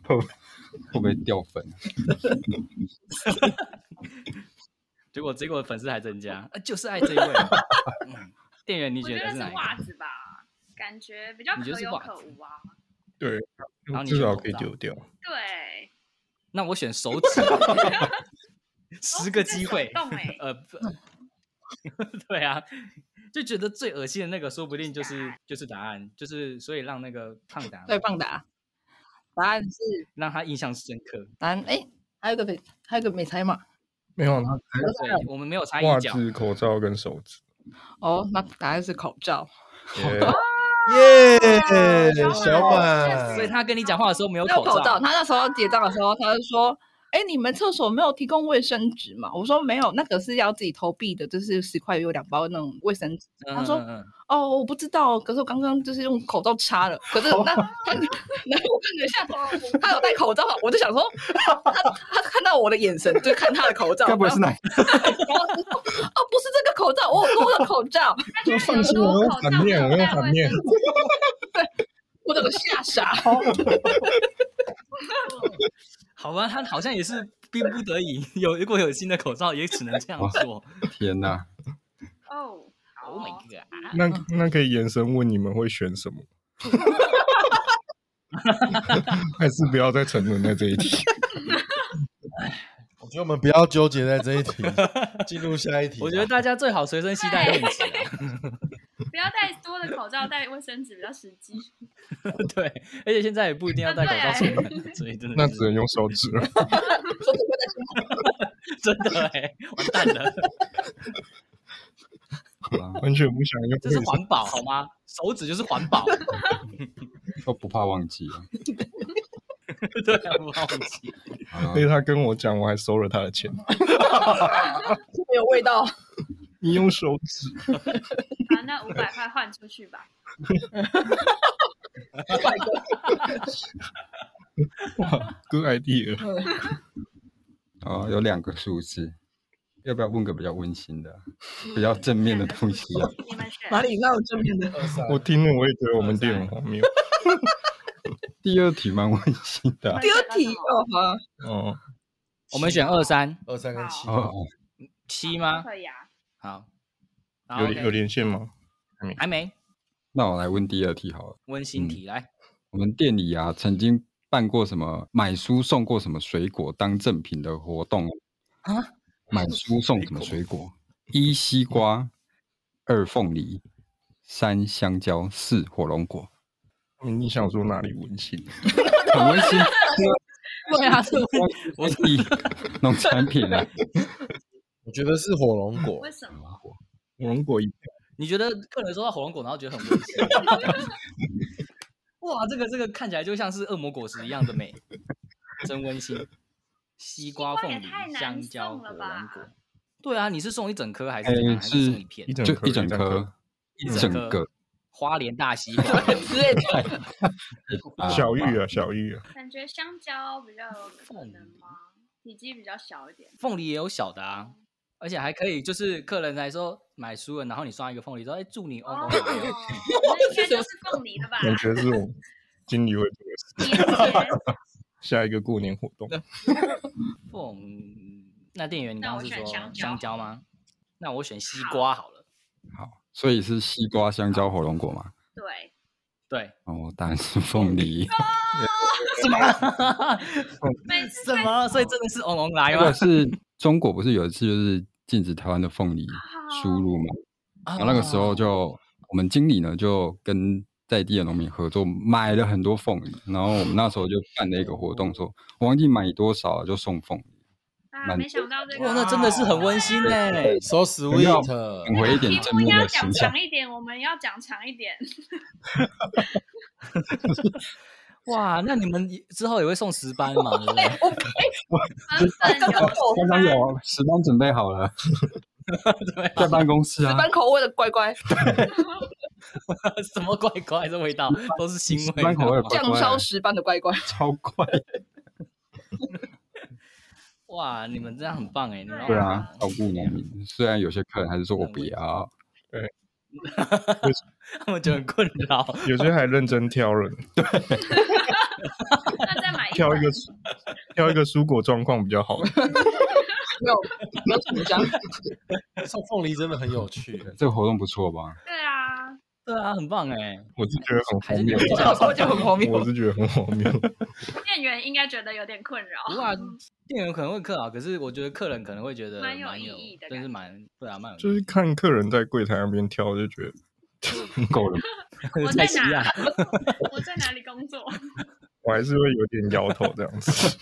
会不会掉粉？啊
结果结果粉丝还增加，啊就是爱这一位。嗯店员，你
我
觉
觉
得
得
是
是
哪一
袜
个？
子吧，感觉比较
你觉
可
得是
有
袜
可
子
无啊。
对
然后，你
至
选
少
口
可以
罩
丢掉。
对，
那我选手指，
哦
十个机会
动哎、
呃，不 对啊，就觉得最恶心的那个，说不定就是就是答案，就是所以让那个胖达
对，棒打。答案是
让他印象深刻。
答案，哎、还有一个没，还有一个没猜嘛？
没有，他才
啊
对，我们没有差
袜
一脚，
子、口罩跟手 指。
哦，那答案是口罩。
耶
耶，小
满
所以
满，
他跟你讲话的时候没有
那
口
口罩，
罩。
他那时候结账的时候，他就说：“哎、你们厕所没有提供卫生纸吗？”我说：“没有，那个是要自己投币的，就是十块有两包那种卫生纸。”他说
嗯嗯嗯
哦，我不知道，可是我刚刚就是用口罩擦了，可是那他，然后我看了一下，他有戴口罩，我就想说，他他看到我的眼神，就看他的 口罩，
该
然
不
后
会是哪？
然后就说哦，不是这个口罩，我有跟我的口罩，
他就
放心我用反面我用反面
我整个吓傻，
好吧，他好像也是逼不得已，有如果有新的口罩，也只能这样做。
天哪！
哦。好
Oh
哦
my god！
那那可以延伸问你们会选什么？ 还是不要再沉沦在这一题。
我觉得我们不要纠结在这一题，进入下一题啊吧。
我觉得大家最好随身携带面纸啊、
哦不要戴多的口罩，戴卫生纸比较实际。
对，而且现在也不一定要戴口罩出
对
门，所以真的
那
是
只能用手指了。
真的哎、完蛋了，
好啦，
完全不想用
这是环保好吗？手指就是环保，
都不怕忘记啊了。
对啊，不忘记。
好啦
所以他跟我讲，我还收了他的钱。
没有味道，
你用手指，
好，那五百块换出去 吧。
哇，good idea！
嗯
哦，有两个数字，要不要问个比较温馨的、啊比较正面的东西啊？
你们 选
哪里那有正面的？
我听了我也觉得我们店很荒谬。
第二题蛮温馨的啊、
第二题哦，好啊，
哦，
我们选二三
二三跟七，
哦，
七
哦
吗？
可以啊。
好，
有
好
连有连线吗？
还没
那我来问第二题好了。
温
嗯
馨题来，
我们店里啊，曾经办过什么买书送过什么水果当赠品的活动哦
啊？
买书送什么水果？一西瓜，二凤梨，三香蕉，四火龙果。
你想说哪里温馨？
很温馨，
对啊，是
我第农产品啊，
我觉得是火龙果
为。什么？
火龙果一
你觉得客人收到火龙果，然后觉得很温馨？ 哇，这个这个看起来就像是恶魔果实一样的美，真温馨。西瓜、
瓜
凤
也
梨
太、难
香蕉、
送
火
了
龙
吧
果。对啊，你是送一整颗还是
哎
怎样？还
是
是送一片啊
一？整
就
颗
一整
一整
颗
颗，
一
整
颗
个
花莲大 西瓜。
之类的，
啊
小玉啊，小玉啊，
感觉香蕉比较有可能吗？体积比较小一点。
凤梨也有小的啊，而且还可以，就是客人来说买书了，然后你刷一个凤梨说：“哎，祝你翁
哦，
翁
那
来哦。
应该就是凤梨了 吧？
感觉是我们经理会做的事。
年节
下一个过年活动，
凤，那店员你刚刚是
那我选
说
香蕉
香蕉吗？那我选西瓜好了。
好，所以是西瓜、香蕉、火龙果嘛。
对，
对，
哦，当然是凤梨。
什么？
每
什
次
么？所以真的是翁翁来
这个
吗？
是中国不是有一次就是禁止台湾的凤梨输入嘛？
啊
然后那个时候就我们经理呢就跟在地的农民合作，买了很多凤梨。然后我们那时候就办了一个活动，说我忘记买多少了就送凤梨，
啊，没想到这个，
哇，那真的是很温馨
欸
哎。
So
挽
sweet，
回一点
题
正
目
面
要
的
讲
形象
长。一点，我们要讲长一点。
哇，那你们之后也会送十班嘛？对不 对？
粉粉有
刚刚有十班准备好了，在办公室啊，
班口味的乖乖，
什么怪怪的味道，都是腥味。
班口味
你知道吗
乖乖
酱烧十班的乖乖，
超快。
哇，你们这样很棒哎！你们
对
对
啊
啊，
照顾农民。虽然有些客人还是说我不要，
他们觉得很困 扰。
有些还认真挑人，
那再买一
挑一
本
个蔬挑一个蔬果状况比较好的。
没有没有什么香，
送凤梨真的很有趣。
这个活动不错吧？
对啊，
对啊，很棒哎、
我是觉得很
还是你
荒谬
们自己
小时候就很荒
的，我
谬。
是觉得很荒谬。
店员应该觉得有点困扰。嗯
不过啊店员可能会客啊，可是我觉得客人可能会觉得
蛮有
有
意义的
真是
感觉
蛮对啊，蛮有
就是看客人在柜台那边挑，就觉得
够了，
意义。
我
太
在
稀
哪
啊，？
我在哪里工作？
我还是会有点摇头这样子。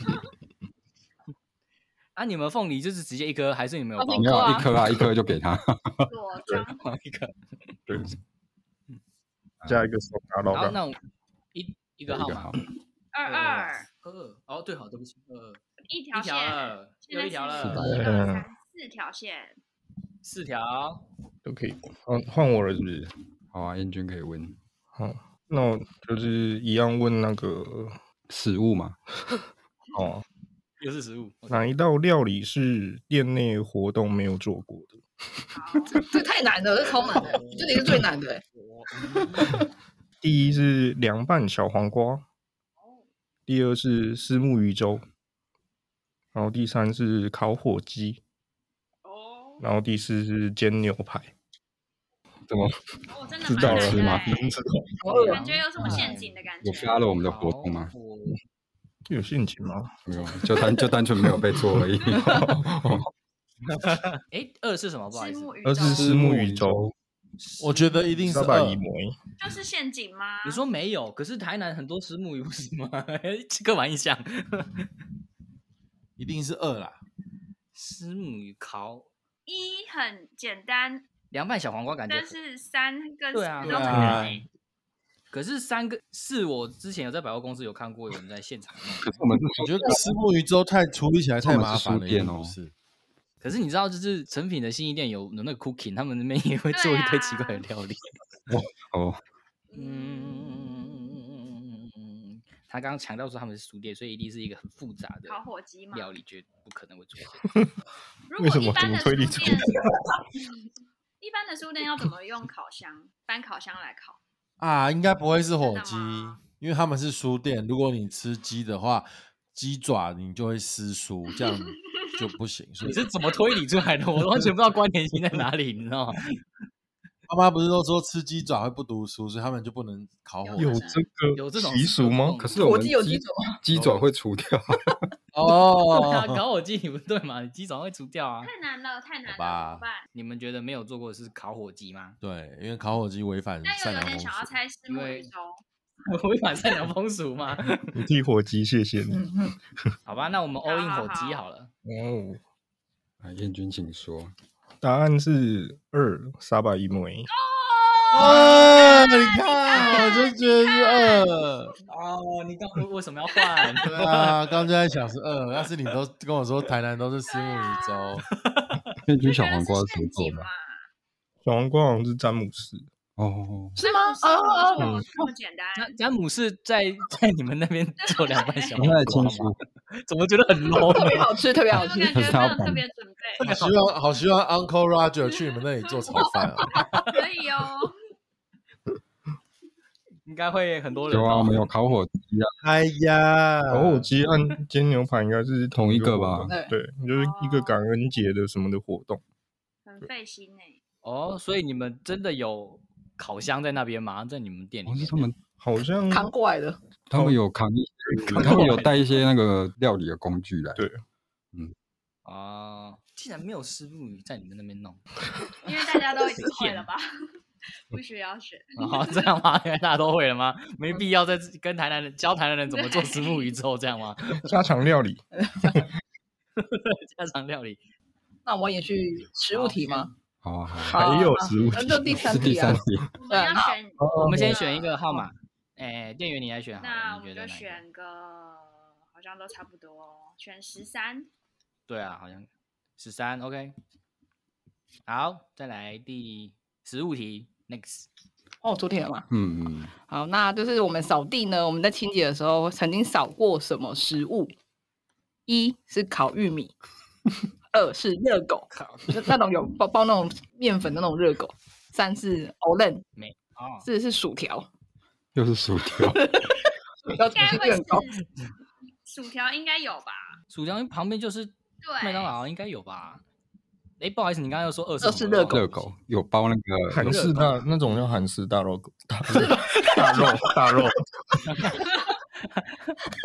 啊，你们凤梨就是直接一颗，还是你们有
啊
包
你
没
够
有
啊
一颗啊，一颗就给他。
左张
装一颗？
对，加一个手拿老
好，
板，
那我一一个号
一个
码
号，
二二
二二哦，对，好，对不起，二二
一条
一条
线，
二，
现
有
在
一条
是
哎
了，
一
了
二三四条线。
四条。
都可以。换换我了，是不是？
好啊，燕君可以问
那我就是一样问那个
食物嘛？
哦，
又是食物，
哪一道料理是店内活动没有做过的？
好，
这太难了，这超难的，这里是最难 的欸。
第一是凉拌小黄瓜，第二是丝木鱼粥，然后第三是烤火鸡，
哦，
然后第四是煎牛排。怎么
哦我真的
知道
蛮
了？
难
是
的
吗
欸
知道
好饿
感觉有什么陷阱的感
我
觉
发。了我们的活动吗？
我
有陷阱吗？
没有，就单就单纯没有被做 而已。
哎，二是什么？不好
是
意思，
木鱼
而
粥
呃是丝木鱼粥，
我觉得一定是
沙巴
二
一模一。
就是陷阱吗？
你说没有，可是台南很多吃木鱼不是吗？刻板印象，
一定是二啦。
吃木鱼烤
一很简单，
凉拌小黄瓜，感觉
但是三跟
对啊
四都很
对
难
啊
欸
可是三个是我之前有在百货公司有看过有人在现场弄，
可是我们是
我觉得石木鱼粥太处理起来太麻烦
他们
了，
是书店哦
不是？
可是你知道，就是成品的新一店有有那个 cooking，他们那边也会做
对
一
啊
堆奇怪的料 理。
哦，
嗯，他刚刚强调说他们是书店，所以一定是一个很复杂的
烤火鸡嘛。
料理，绝不可能会出现。
如果
为什
一
么
般
怎么
的
推理
书
出
店， 一般的书店要怎么用烤箱？搬烤箱来烤？
啊，应该不会是火鸡
真的吗，
因为他们是书店。如果你吃鸡的话，鸡爪你就会撕酥，这样就不行。所
你
以
是怎么推理出来的？我完全不知道关联性在哪里，你知道吗？
妈妈不是都说吃鸡爪会不读书，所以他们就不能烤火
有
有
鸡。
这个
有这种
习俗吗？
可是我
火
们
鸡有几种啊？
鸡爪会除掉，
对啊，
哦，
烤火鸡你不对嘛？你鸡总会除掉啊。
太难了，太难了，怎
好吧
么办？
你们觉得没有做过的是烤火鸡 吗？
对，因为烤火鸡违反
但
善
又有
良
点
风俗
想。要猜是
因
木
为
鱼粥，
违反善良风俗吗？
我替火鸡谢谢你。
嗯嗯，
好吧，那我们 all in
好
火
好
鸡
好
好啊了。
哦，
啊，燕君请说。
答案是二沙巴一模一。
啊！你看，我就觉得是二。
哦，你刚为为什么要 换？
对啊，刚刚就在想是二，要是你都跟我说台南都是石木鱼粥，
燕
就
君
觉
小
得
黄
是
瓜是
陷
够
阱啊嘛
吧？？
小黄瓜好像是詹姆斯，
哦，
是 吗？
哦
哦哦，
哦，这么简单，
詹詹姆士在在你们那边做凉拌小黄
那
瓜
清
吗？
楚，
怎么觉得很 low？
特别好吃，特别好
我
吃。
感觉
可
没
是他
有特
本
别准备，
好希望好希望 Uncle Roger 去你们那里做炒饭啊！
可以哦。
应该会很多人
有啊，我
吧
们有烤火鸡啊，
哎呀，
烤火鸡和煎牛排应该是
呃同一
个
个
活
吧
动
对
对，就是一个感恩节的什么的活动。
很费心哎，
哦，所以你们真的有烤箱在那边吗？在你们店里
哦，
面？
是他们
好像
扛过来的，
他们有扛一些，他们有带一些那个料理的工具来。
对
哦，竟然没有师傅在你们那边弄，
因为大家都已经会了吧，不需要 学。
哦，这样吗？原来大家都会了吗？没必要再跟台南人教台南人怎么做石目鱼之后这样吗？
家常料理，
家常料理，
那我们也去食物题吗？
好啊，好啊，
好
还有食物
那就第三
是第
题
三
啊。
题。
我们要选，
哦
我们先选一个号码。哎，店员你来选好
那
了，
我
你
们
觉得
就
哪一个？
选个，好像都差不多哦，选 十三。
对啊，好像十三，OK。好，再来第十五题，next。
哦，昨天有嘛。
嗯嗯，
好，那就是我们扫地呢，我们在清洁的时候曾经扫过什么食物？一是烤玉米，二是热 狗，
靠，
就那种有包包那种面粉的那种热狗；三是 o l e n
没哦，
四是薯条，
又是薯 条，
薯条
应该
几率
会
很高。
是薯条，应该有吧？
薯条旁边就是
对，
啊麦当劳，应该有吧？哎，不好意思，你刚刚又说二
二
是
是
什么
热
肉
狗
热 狗有包那个
韩式大那种叫韩式大肉狗，大肉 大肉大肉，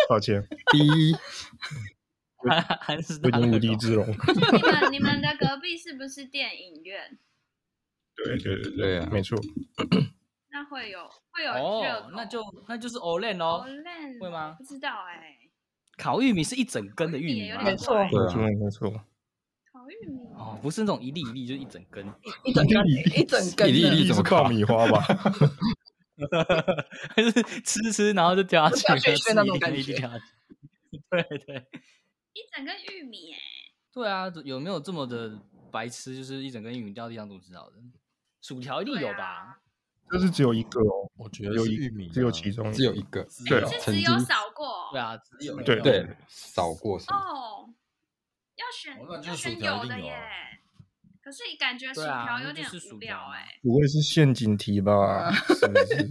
抱歉，
第一，
韩韩式
我已
大
经无
热
地
狗。
自容。
你们你们的隔壁是不是电影院？
对对对
对啊
没错。
那会有会有热狗
哦，那就那就是 Olen
好
哦，
烂哦，
会吗
不知道哎，
烤玉米是一整根的玉米
有
吗？
点
没错
怪
对
没
啊
错，没错。
烤玉米
哦，不是那种一粒一粒，就是一整根。
一整根一整根
一粒一
的
粒
一
怎
是
么
爆
烤
米花 吧？
就是吃吃，然后就掉下
掉下
去，
去那种
然后吃一粒一
感觉
粒掉下去。对 对
一整根玉米哎，
对啊，有没有这么的白痴？就是一整根玉米掉地上，怎么知道的？薯条一定
对
有
啊
吧？
就是只有一个哦，
我觉得
有
是
一
玉米啊，
只有其中
只有一个，
对啊
是
曾
只
经
有扫过
对啊，只有
对
对扫过什么？
哦，要选
哦那就
要
是薯
选
条
有
一
的
定有
耶
啊。
可是感觉薯
对啊
条
那
有
就
点
是薯
无
条
聊
啊
哎，
不会是陷阱题吧？是不是？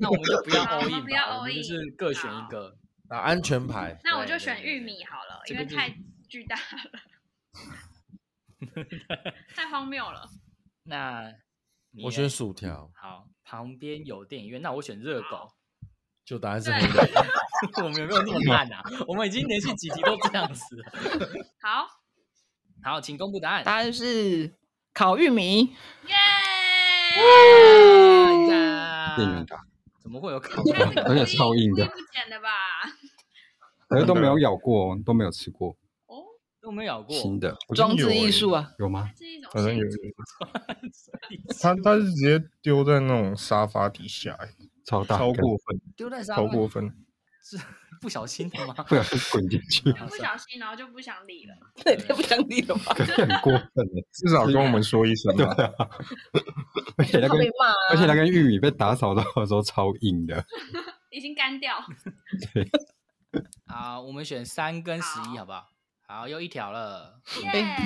那我们就不要
好
all
我
in
们
吧，
不要 all
我们就
in，
是各选一
好
个。
打安全牌，
那我
对
就
对
选
对
玉
对
米好了，
这
因
个
为
就是
太巨大了，太荒谬了。
那你
我
嘞
选薯条，
好，旁边有电影院，那我选热狗。
就答案是
对
黑的。
我们有没有这么烂啊？我们已经连续几题都这样子了。
好，
好，请公布 答案。哎
答案是烤玉米。
耶！
看一
店员
下，
打，
怎么会有烤
应该是
肉？
而且
故意
超硬的
故意不剪的吧？
可是都没有咬过哦，都没有吃过
哦，
都没咬过。
新的，
好像
装
有
置艺
欸
术啊，
有吗？
这是一种
好像
陷
有
阱。
他他是直接丢在那种沙发底下、欸
超大
超
根，
过分，
丢在沙
超
发，
过分。
是 不小心 的吗？
不小心滚进去，
就不小心，然后就不想理了。
这也太不讲理了吧？
可是很过分耶
至少跟我们说一声
对
吧。
啊，而且那
怕
个
被骂啊，
而且那根玉米被打扫到的时候超硬的，
已经干掉，
啊，我们选三跟十一，好不好？好，又一条了，
耶！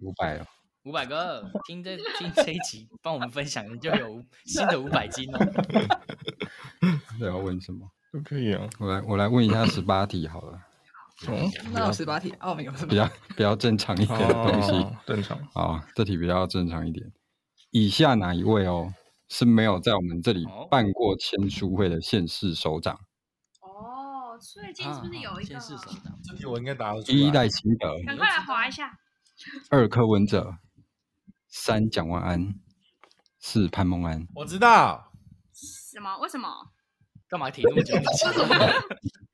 五百哦，
五百个。听这听这一集，帮我们分享，你就有新的五百斤 哦。
这要问什么？
都可以啊。
我来我来问一下十八题好了，
嗯，
那有十八题哦，没有是吧
比？较比较正常一点的东西。
哦正常。
好，这题比较正常一点。以下哪一位哦是没有在我们这里
哦
办过签书会的县市首长？
哦，最近是不
啊
是有一
先？
个
是手掌？
这题我应该答得出
一
来。
赖清德，
赶快来划一下。
二柯文哲，三蒋万安，四潘孟安。
我知道，
什么？为什么？
干嘛停那么久？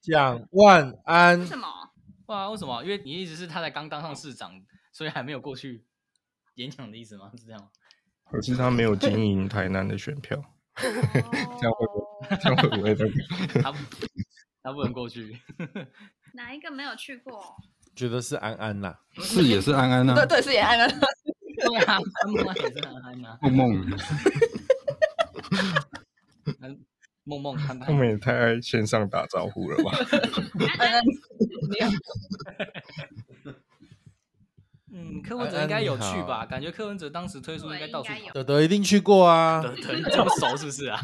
蒋万安
为什么？
哇，为什么？因为你一直是他才刚当上市长，所以还没有过去演讲的意思吗？是这样吗？
可是他没有经营台南的选票，
这样会
哦
这样会不会那个？
他 不他不能过去。
哪一个没有去过？
觉得是安安啦，
四也是安安啊
对，对是也按了，
对啊，他梦梦也是很憨呐。
梦梦
梦梦憨憨
他们也太爱线上打招呼了 吧？
按按你好
嗯，柯文哲
安
应该
安你
有去
好
吧？感觉柯文哲当时推出应
对
该
应
到处
该
跑
有。
德德一定去过啊，
德德，你这么熟是不是啊？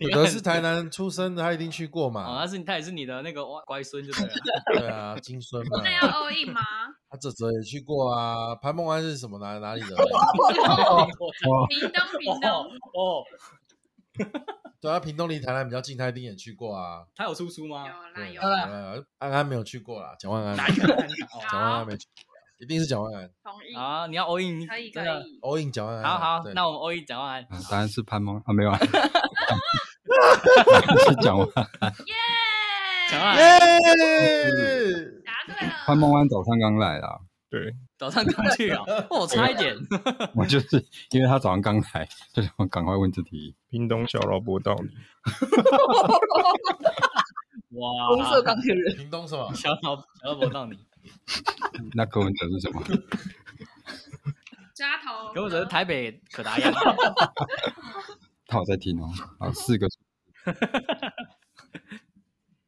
德德是台南出生的，他一定去过
哦，他
嘛。
是你，他也是你的那个乖孙就 对了。
对啊，金孙嘛
那，要 all in 吗？
他泽泽也去过啊。潘孟安是什么哪哪里人？啊
屏东，屏
哦
东
哦，
对啊，屏东离台南比较近，他一定也去过啊。
他有出书吗？
有啦
对
有
好
啦，
了，
呃，安安没有去过啦，蒋万安，
哪啊一个？
蒋万安没去过啦，一定是蒋万安。
同意，
啊，你要 all in，
可以可
真的。
哦
以。
all in 蒋万安
好
啊。
好
对，
那我们 all in 讲完。
啊，当然是潘孟啊，没有啊， 是蒋万安。
耶！
讲完，
耶！
答对了。
潘孟安早上刚来啊啦，
对，
早上刚去 啊，我差一点。
我就是因为他早上刚来，就想赶快问这题。
屏东小老伯道理，
哇，
红色钢铁人，
屏东什么？
小老小老伯到你，
那柯文哲是什么？
扎头。
柯文哲是台北可达 鸭。
他有在听哦。啊，四个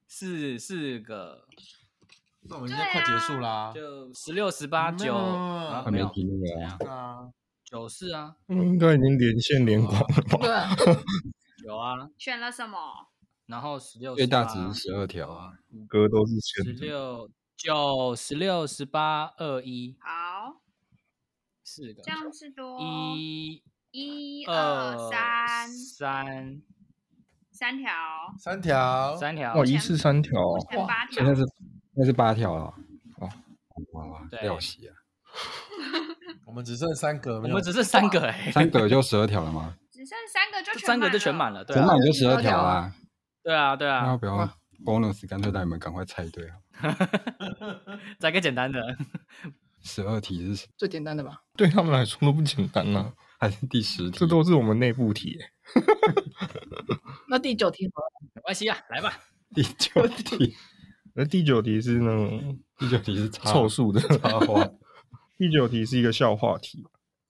四四个，
那我们应该快结束啦。
就十六、十八、
没
九，
有
啊
他
没
没
有
听那个啊。
对啊，
九四啊，
应嗯该已经连线连光了吧？
对啊，
有啊，
选了什么？
然后十六
最大值是十二条啊，
歌都是线哦
十，六九、十六、十八、二一，
好，
四个
这，样哦是多
一、
一
二、
二三
呃三、
三条，
三条，
三条
哇，，一次三条哦、
目前八条
现在是现在是八条了哦，哇哇
对
料席啊，
我们只剩三个，
我
没有
们只剩三个哎、
三个就十二条了吗？
只剩三个就
这三个就全满
了。
了，对
整
啊，
满就十二
12条
条啦
啊。
对啊，对
那要
啊，
不要 bonus？干脆让你们赶快猜对啊！
再个简单的，
十二题是
最简单的吧？
对他们来说都不简单呐、
还是第十题？
这都是我们内部题、欸。
那第九题好了
没关系啊，来吧，
第九题，
那呃第九题是那种
第九题是插
凑数的，
插花。
第九题是一个笑话题。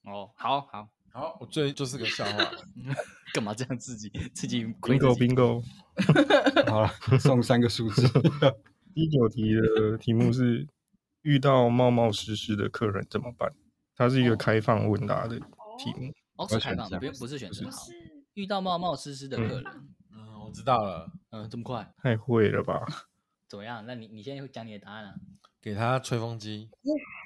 哦，好好，
好，我最就是个笑话。
干嘛这样自己自己亏自
bingo
己？
bingo。
好了，送三个数字。
第九题的题目是遇到冒冒失失的客人怎么办？它是一个开放问答的
哦，
题目。
哦，
我要
是开
选
放的，
项
不用不是选
不
择好，
是
遇到冒冒失失的客人，
嗯，我知道了，
嗯，这么快，
太会了吧！
怎么样？那你你现在会讲你的答案啊？
给他吹风机，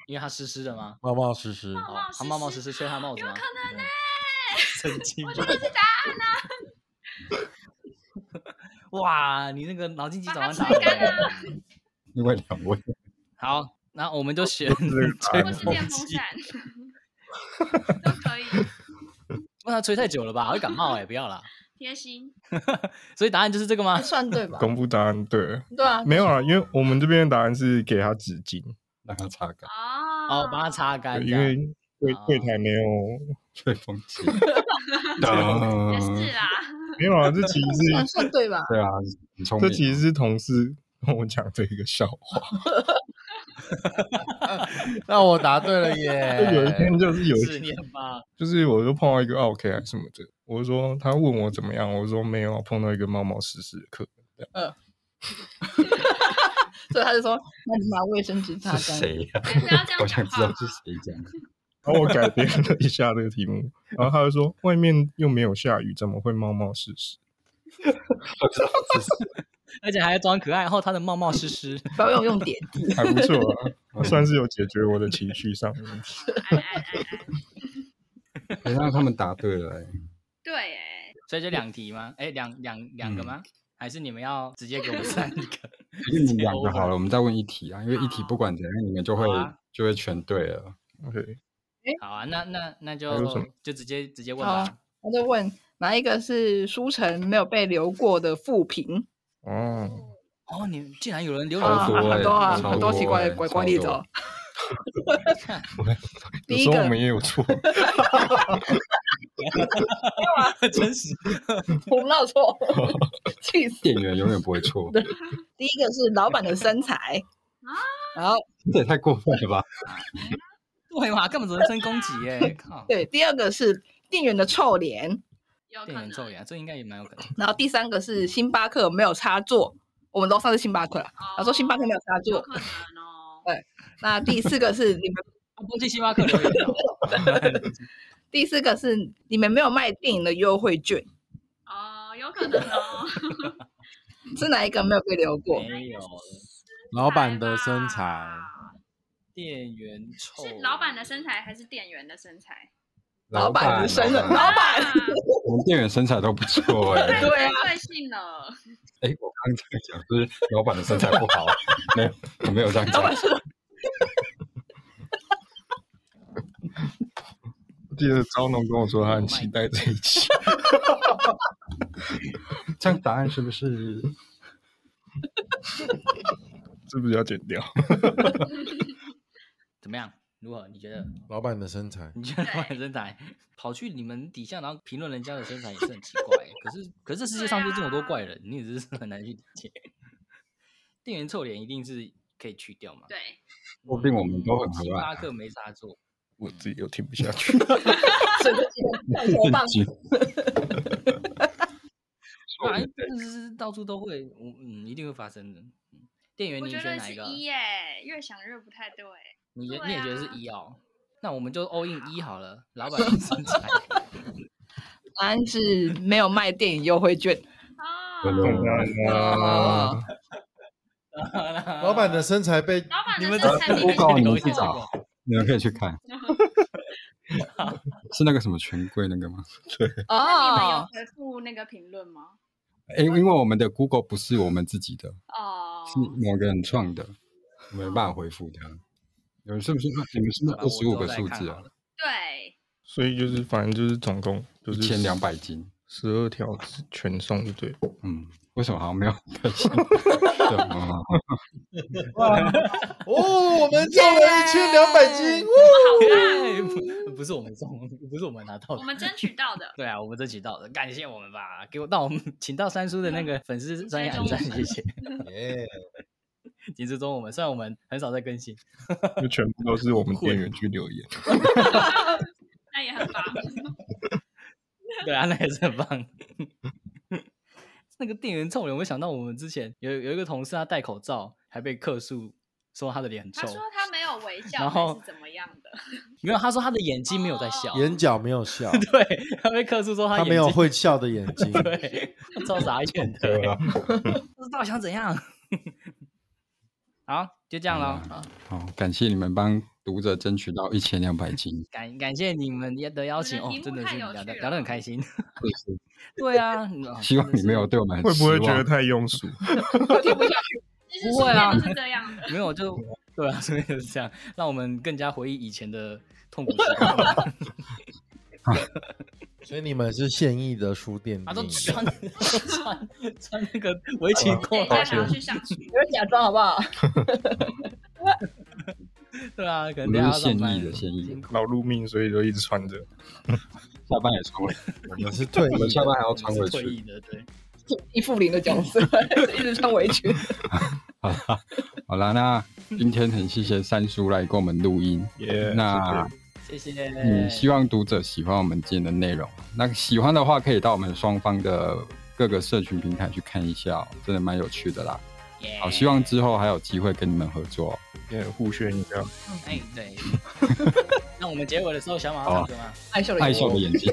因为他湿湿的吗？
冒冒失失。
哦
冒，
他
失
冒冒
失
失失吹他帽子
有
吗？
可能呢、
神经
我
病！
觉得是答案呢、
哇，你那个脑筋急
把
转
它
弯打
吹
得
干
很好
啊！
另外两位，
好，那我们就 选
这
或
个
是电风扇 都可以，
不然吹太久了吧，会感冒哎、不要啦。
贴心。
所以答案就是这个吗
这？啊算对吧？
公布答案对了，
对啊，
没有啊，因为我们这边的答案是给他纸巾，
让他擦干
哦
哦，帮他擦
对
干这
因
样，
为柜
啊
柜台没有
吹风机。
也
噔
是啦，
没有啊，这其实
算
是
算对吧？
对啊，很聪
这
明。
其实是同事跟我讲这个笑话。
那我答对了
就 有一天
耶！
就是有一
是
天
念吧。
就是我就碰到一个啊 OK 还是什么的，我就说他问我怎么样，我说没有啊，碰到一个冒冒失失的客人。
所以他就说，那你拿卫生纸擦
是
干。
谁呀
还是要这？样
我
讲
想知
话
道
吗？
是谁讲的。
然后我改编了一下这个题目， 然后他就说外面又没有下雨，怎么会冒冒失失？
我知道是谁
而且还装可爱，然后他的冒冒失失，
不要用 用点字，
还不错啊， 算是有解决我的情绪上的问题。
哎哎哎哎，
哎让他们答对了哎。
对，哎，
所以就两题吗？哎、两两两
嗯
个吗？还是你们要直接给我 们三个？
你们两个好了，我们再问一题啊，因为一题
好
不管怎样，你们就会
好啊
就会全对了。
OK，
好啊，那那那就
还有什么
就直接直接问
好
吧
啊。他就问哪一个是书城没有被留过的负评？
哦，
哦，你们竟然有人浏
好
览
多欸
哎
啊，很多啊，
超
很多
多
奇怪
欸
的管
超
管理
多
者。
有
第
时
一
候
个
我们 也有错，
真实
我闹错， 气死！
店员永远不会错，
第一个是老板的身材
啊，
然后
这也太过分了吧？
对嘛？根本只能真攻击耶、靠，
对，第二个是店员的臭脸，
有可
店员
能
咒言，这应该也蛮有可能。
然后第三个是星巴克没有插座，我们楼上是星巴克啦，
哦
他说星巴克没有插
有
座。
可能哦。
那第四个是你们，
啊，不去星巴克留言哦
第四个是你们没有卖电影的优惠券，
哦，有可能哦。
是哪一个没有被留 过？
没有
老板的身材，
店员臭，
啊是老板的身材还是店员的身材？
老板的身
老
老
板啊
板，
啊
我们店员身材都不错哎。
太
对啊
针对性了，
哎，我刚刚这样讲就是老板的身材不好，啊没有，我没有这样
老
讲
板。是
记得招农跟我说他很期待这一期。
这样答案是不 是？
是不是要剪掉？
怎么样？如何？你觉得？
老板的身材，
你觉得老板的
对
身材跑去你们底下，然后评论人家的身材也是很奇怪欸。可是，可是这世界上就这么多怪人，你也真是很难去理解。店员臭脸一定是可以去掉嘛？嗯
对，
说不定我们都很和
星巴
蔼，
克没插座，
我自己又听不下去。啊
整个棒球棒，
震惊。
啊，真的是到处都会，我嗯，一定会发生的。嗯店员，
我
你
觉
选
得
哪
是
一个？
一耶，越想越不太对。
你觉
对
你也觉得是
啊
一哦？那我们就 all in 一好了，老 板的身材。
答案是没有卖电影优惠券。
哦，
真的
啊，
老板的身材被
老板
你
的
们
身
这
材比
不
例
够
很
你
你啊
们
们
去
去
高
找
找，
你们可以 去看，是那个什么权贵那个吗？
那你们有
哦，
回复那个评论吗？
诶，因为我们的 Google 不是我们自己的，
哦，
是某个人创的，我没办法回复他。你们是不是？你们是不是
好啦
二十五个数？
我之后再看
字
好
啊
了？
对，
所以就是反正就是总共就
一
是
千两百斤。
十二条全送就对了。
嗯，为什么好像没有更 新？对嗯
哦，我们中了一千两百斤，哇
耶不 不是我们中，不是我们拿到
我
的。。
们争取到的
对啊，我们争取到的，感谢我们吧，给我让我们请到三叔的那个粉丝专业
追
按
踪
赞，
我
谢
们
谢，
耶！
请追踪我们。虽然我们很少在更新，
就全部都是我们店员去留言。
那也很 棒，
对啊，那也是很棒。 那个店员臭脸，我想到我们之前有有一个同事，他戴口罩还被客诉说他的脸很
他
臭，
说他没有微笑，
然后
还是怎么样的？
没有，他说他的眼睛没有在
哦
笑，
眼角没有笑，
对他被客诉说他
他
眼
没有
睛
会笑的眼睛。
对，超傻眼的， 不知道想怎样。好，就这样喽。
好好，感谢你们帮读者争取到一千两百斤，
感感谢你们的邀请哦
你，的
真
题
的
目太
是
有
聊的
趣
聊得很
了
开 心。
谢谢
对啊，你们哦
希望
真的
你没
是
有对我们很
会
失
不
望
会觉得太庸俗？
听不下
其实
不
书
会啊
面都是这样的。
没有就对啊，所以就是这样，让我们更加回忆以前的痛苦时光。
所以你们是现役的书店
啊他都
店员
穿 穿穿那个 围
我
裙
们
过
等
啊
一下
来，
想要去上书，
去，有假装好不好？
对啊，可能等
我
一
们
下上
是现
班
役的，现役的，
劳碌命，所以就一直穿着。
下班也穿回，
我们是退
我们
役
下
的，
班还要
我
穿
们是
回
退役
去。
的，对，
一副零的角色， 一直穿围裙。
好啦，那今天很谢谢三叔来跟我们录音。
耶，
那
谢谢。
嗯，希望读者喜欢我们今天的内容。那喜欢的话，可以到我们双方的各个社群平台去看一下、哦，真的蛮有趣的啦。
Yeah
好，希望之后还有机会跟你们合作哦、
也互炫一下。
哎 对。那我们结尾的时候，小马
好啊
要唱歌吗？
爱笑
爱笑的眼睛，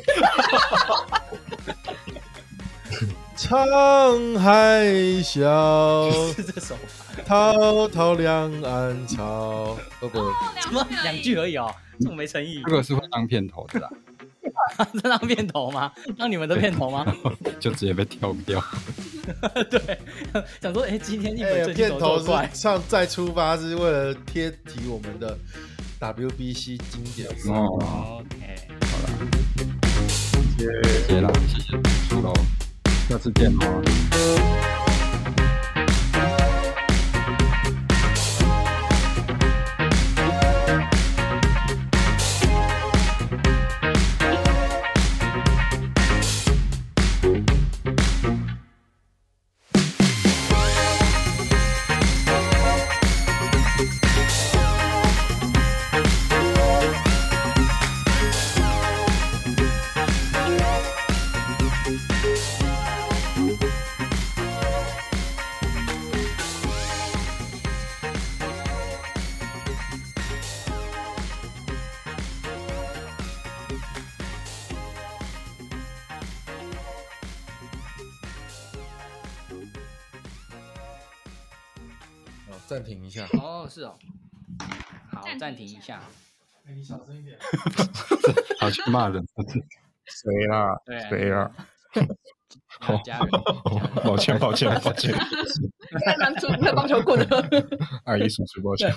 沧海笑，
是这首吗，
滔滔两 岸潮。哦不，
怎么两句而已哦，
嗯
这么没诚意
这，个是会当片头的啦，
这 当片头吗？当你们的片头吗？
就直接被跳 掉。
对，想说，哎，今天一本
哎，
最近
片
怎么
头
这么
是
快？
上再出发是为了贴题我们的 WBC 经典赛。
哦，
OK，
谢谢啦，谢谢叔喽，下次见哦。
哦暂停一下。
哦，是哦，好，暂
暂
停
停
一
一
下
下，
哎，你小声一点。
好去骂人，
谁啦？
对啊
谁 啦？
好，家人，家人
哦抱歉，抱歉，抱歉，
那篮球那棒球棍呢？
阿姨叔叔，抱歉。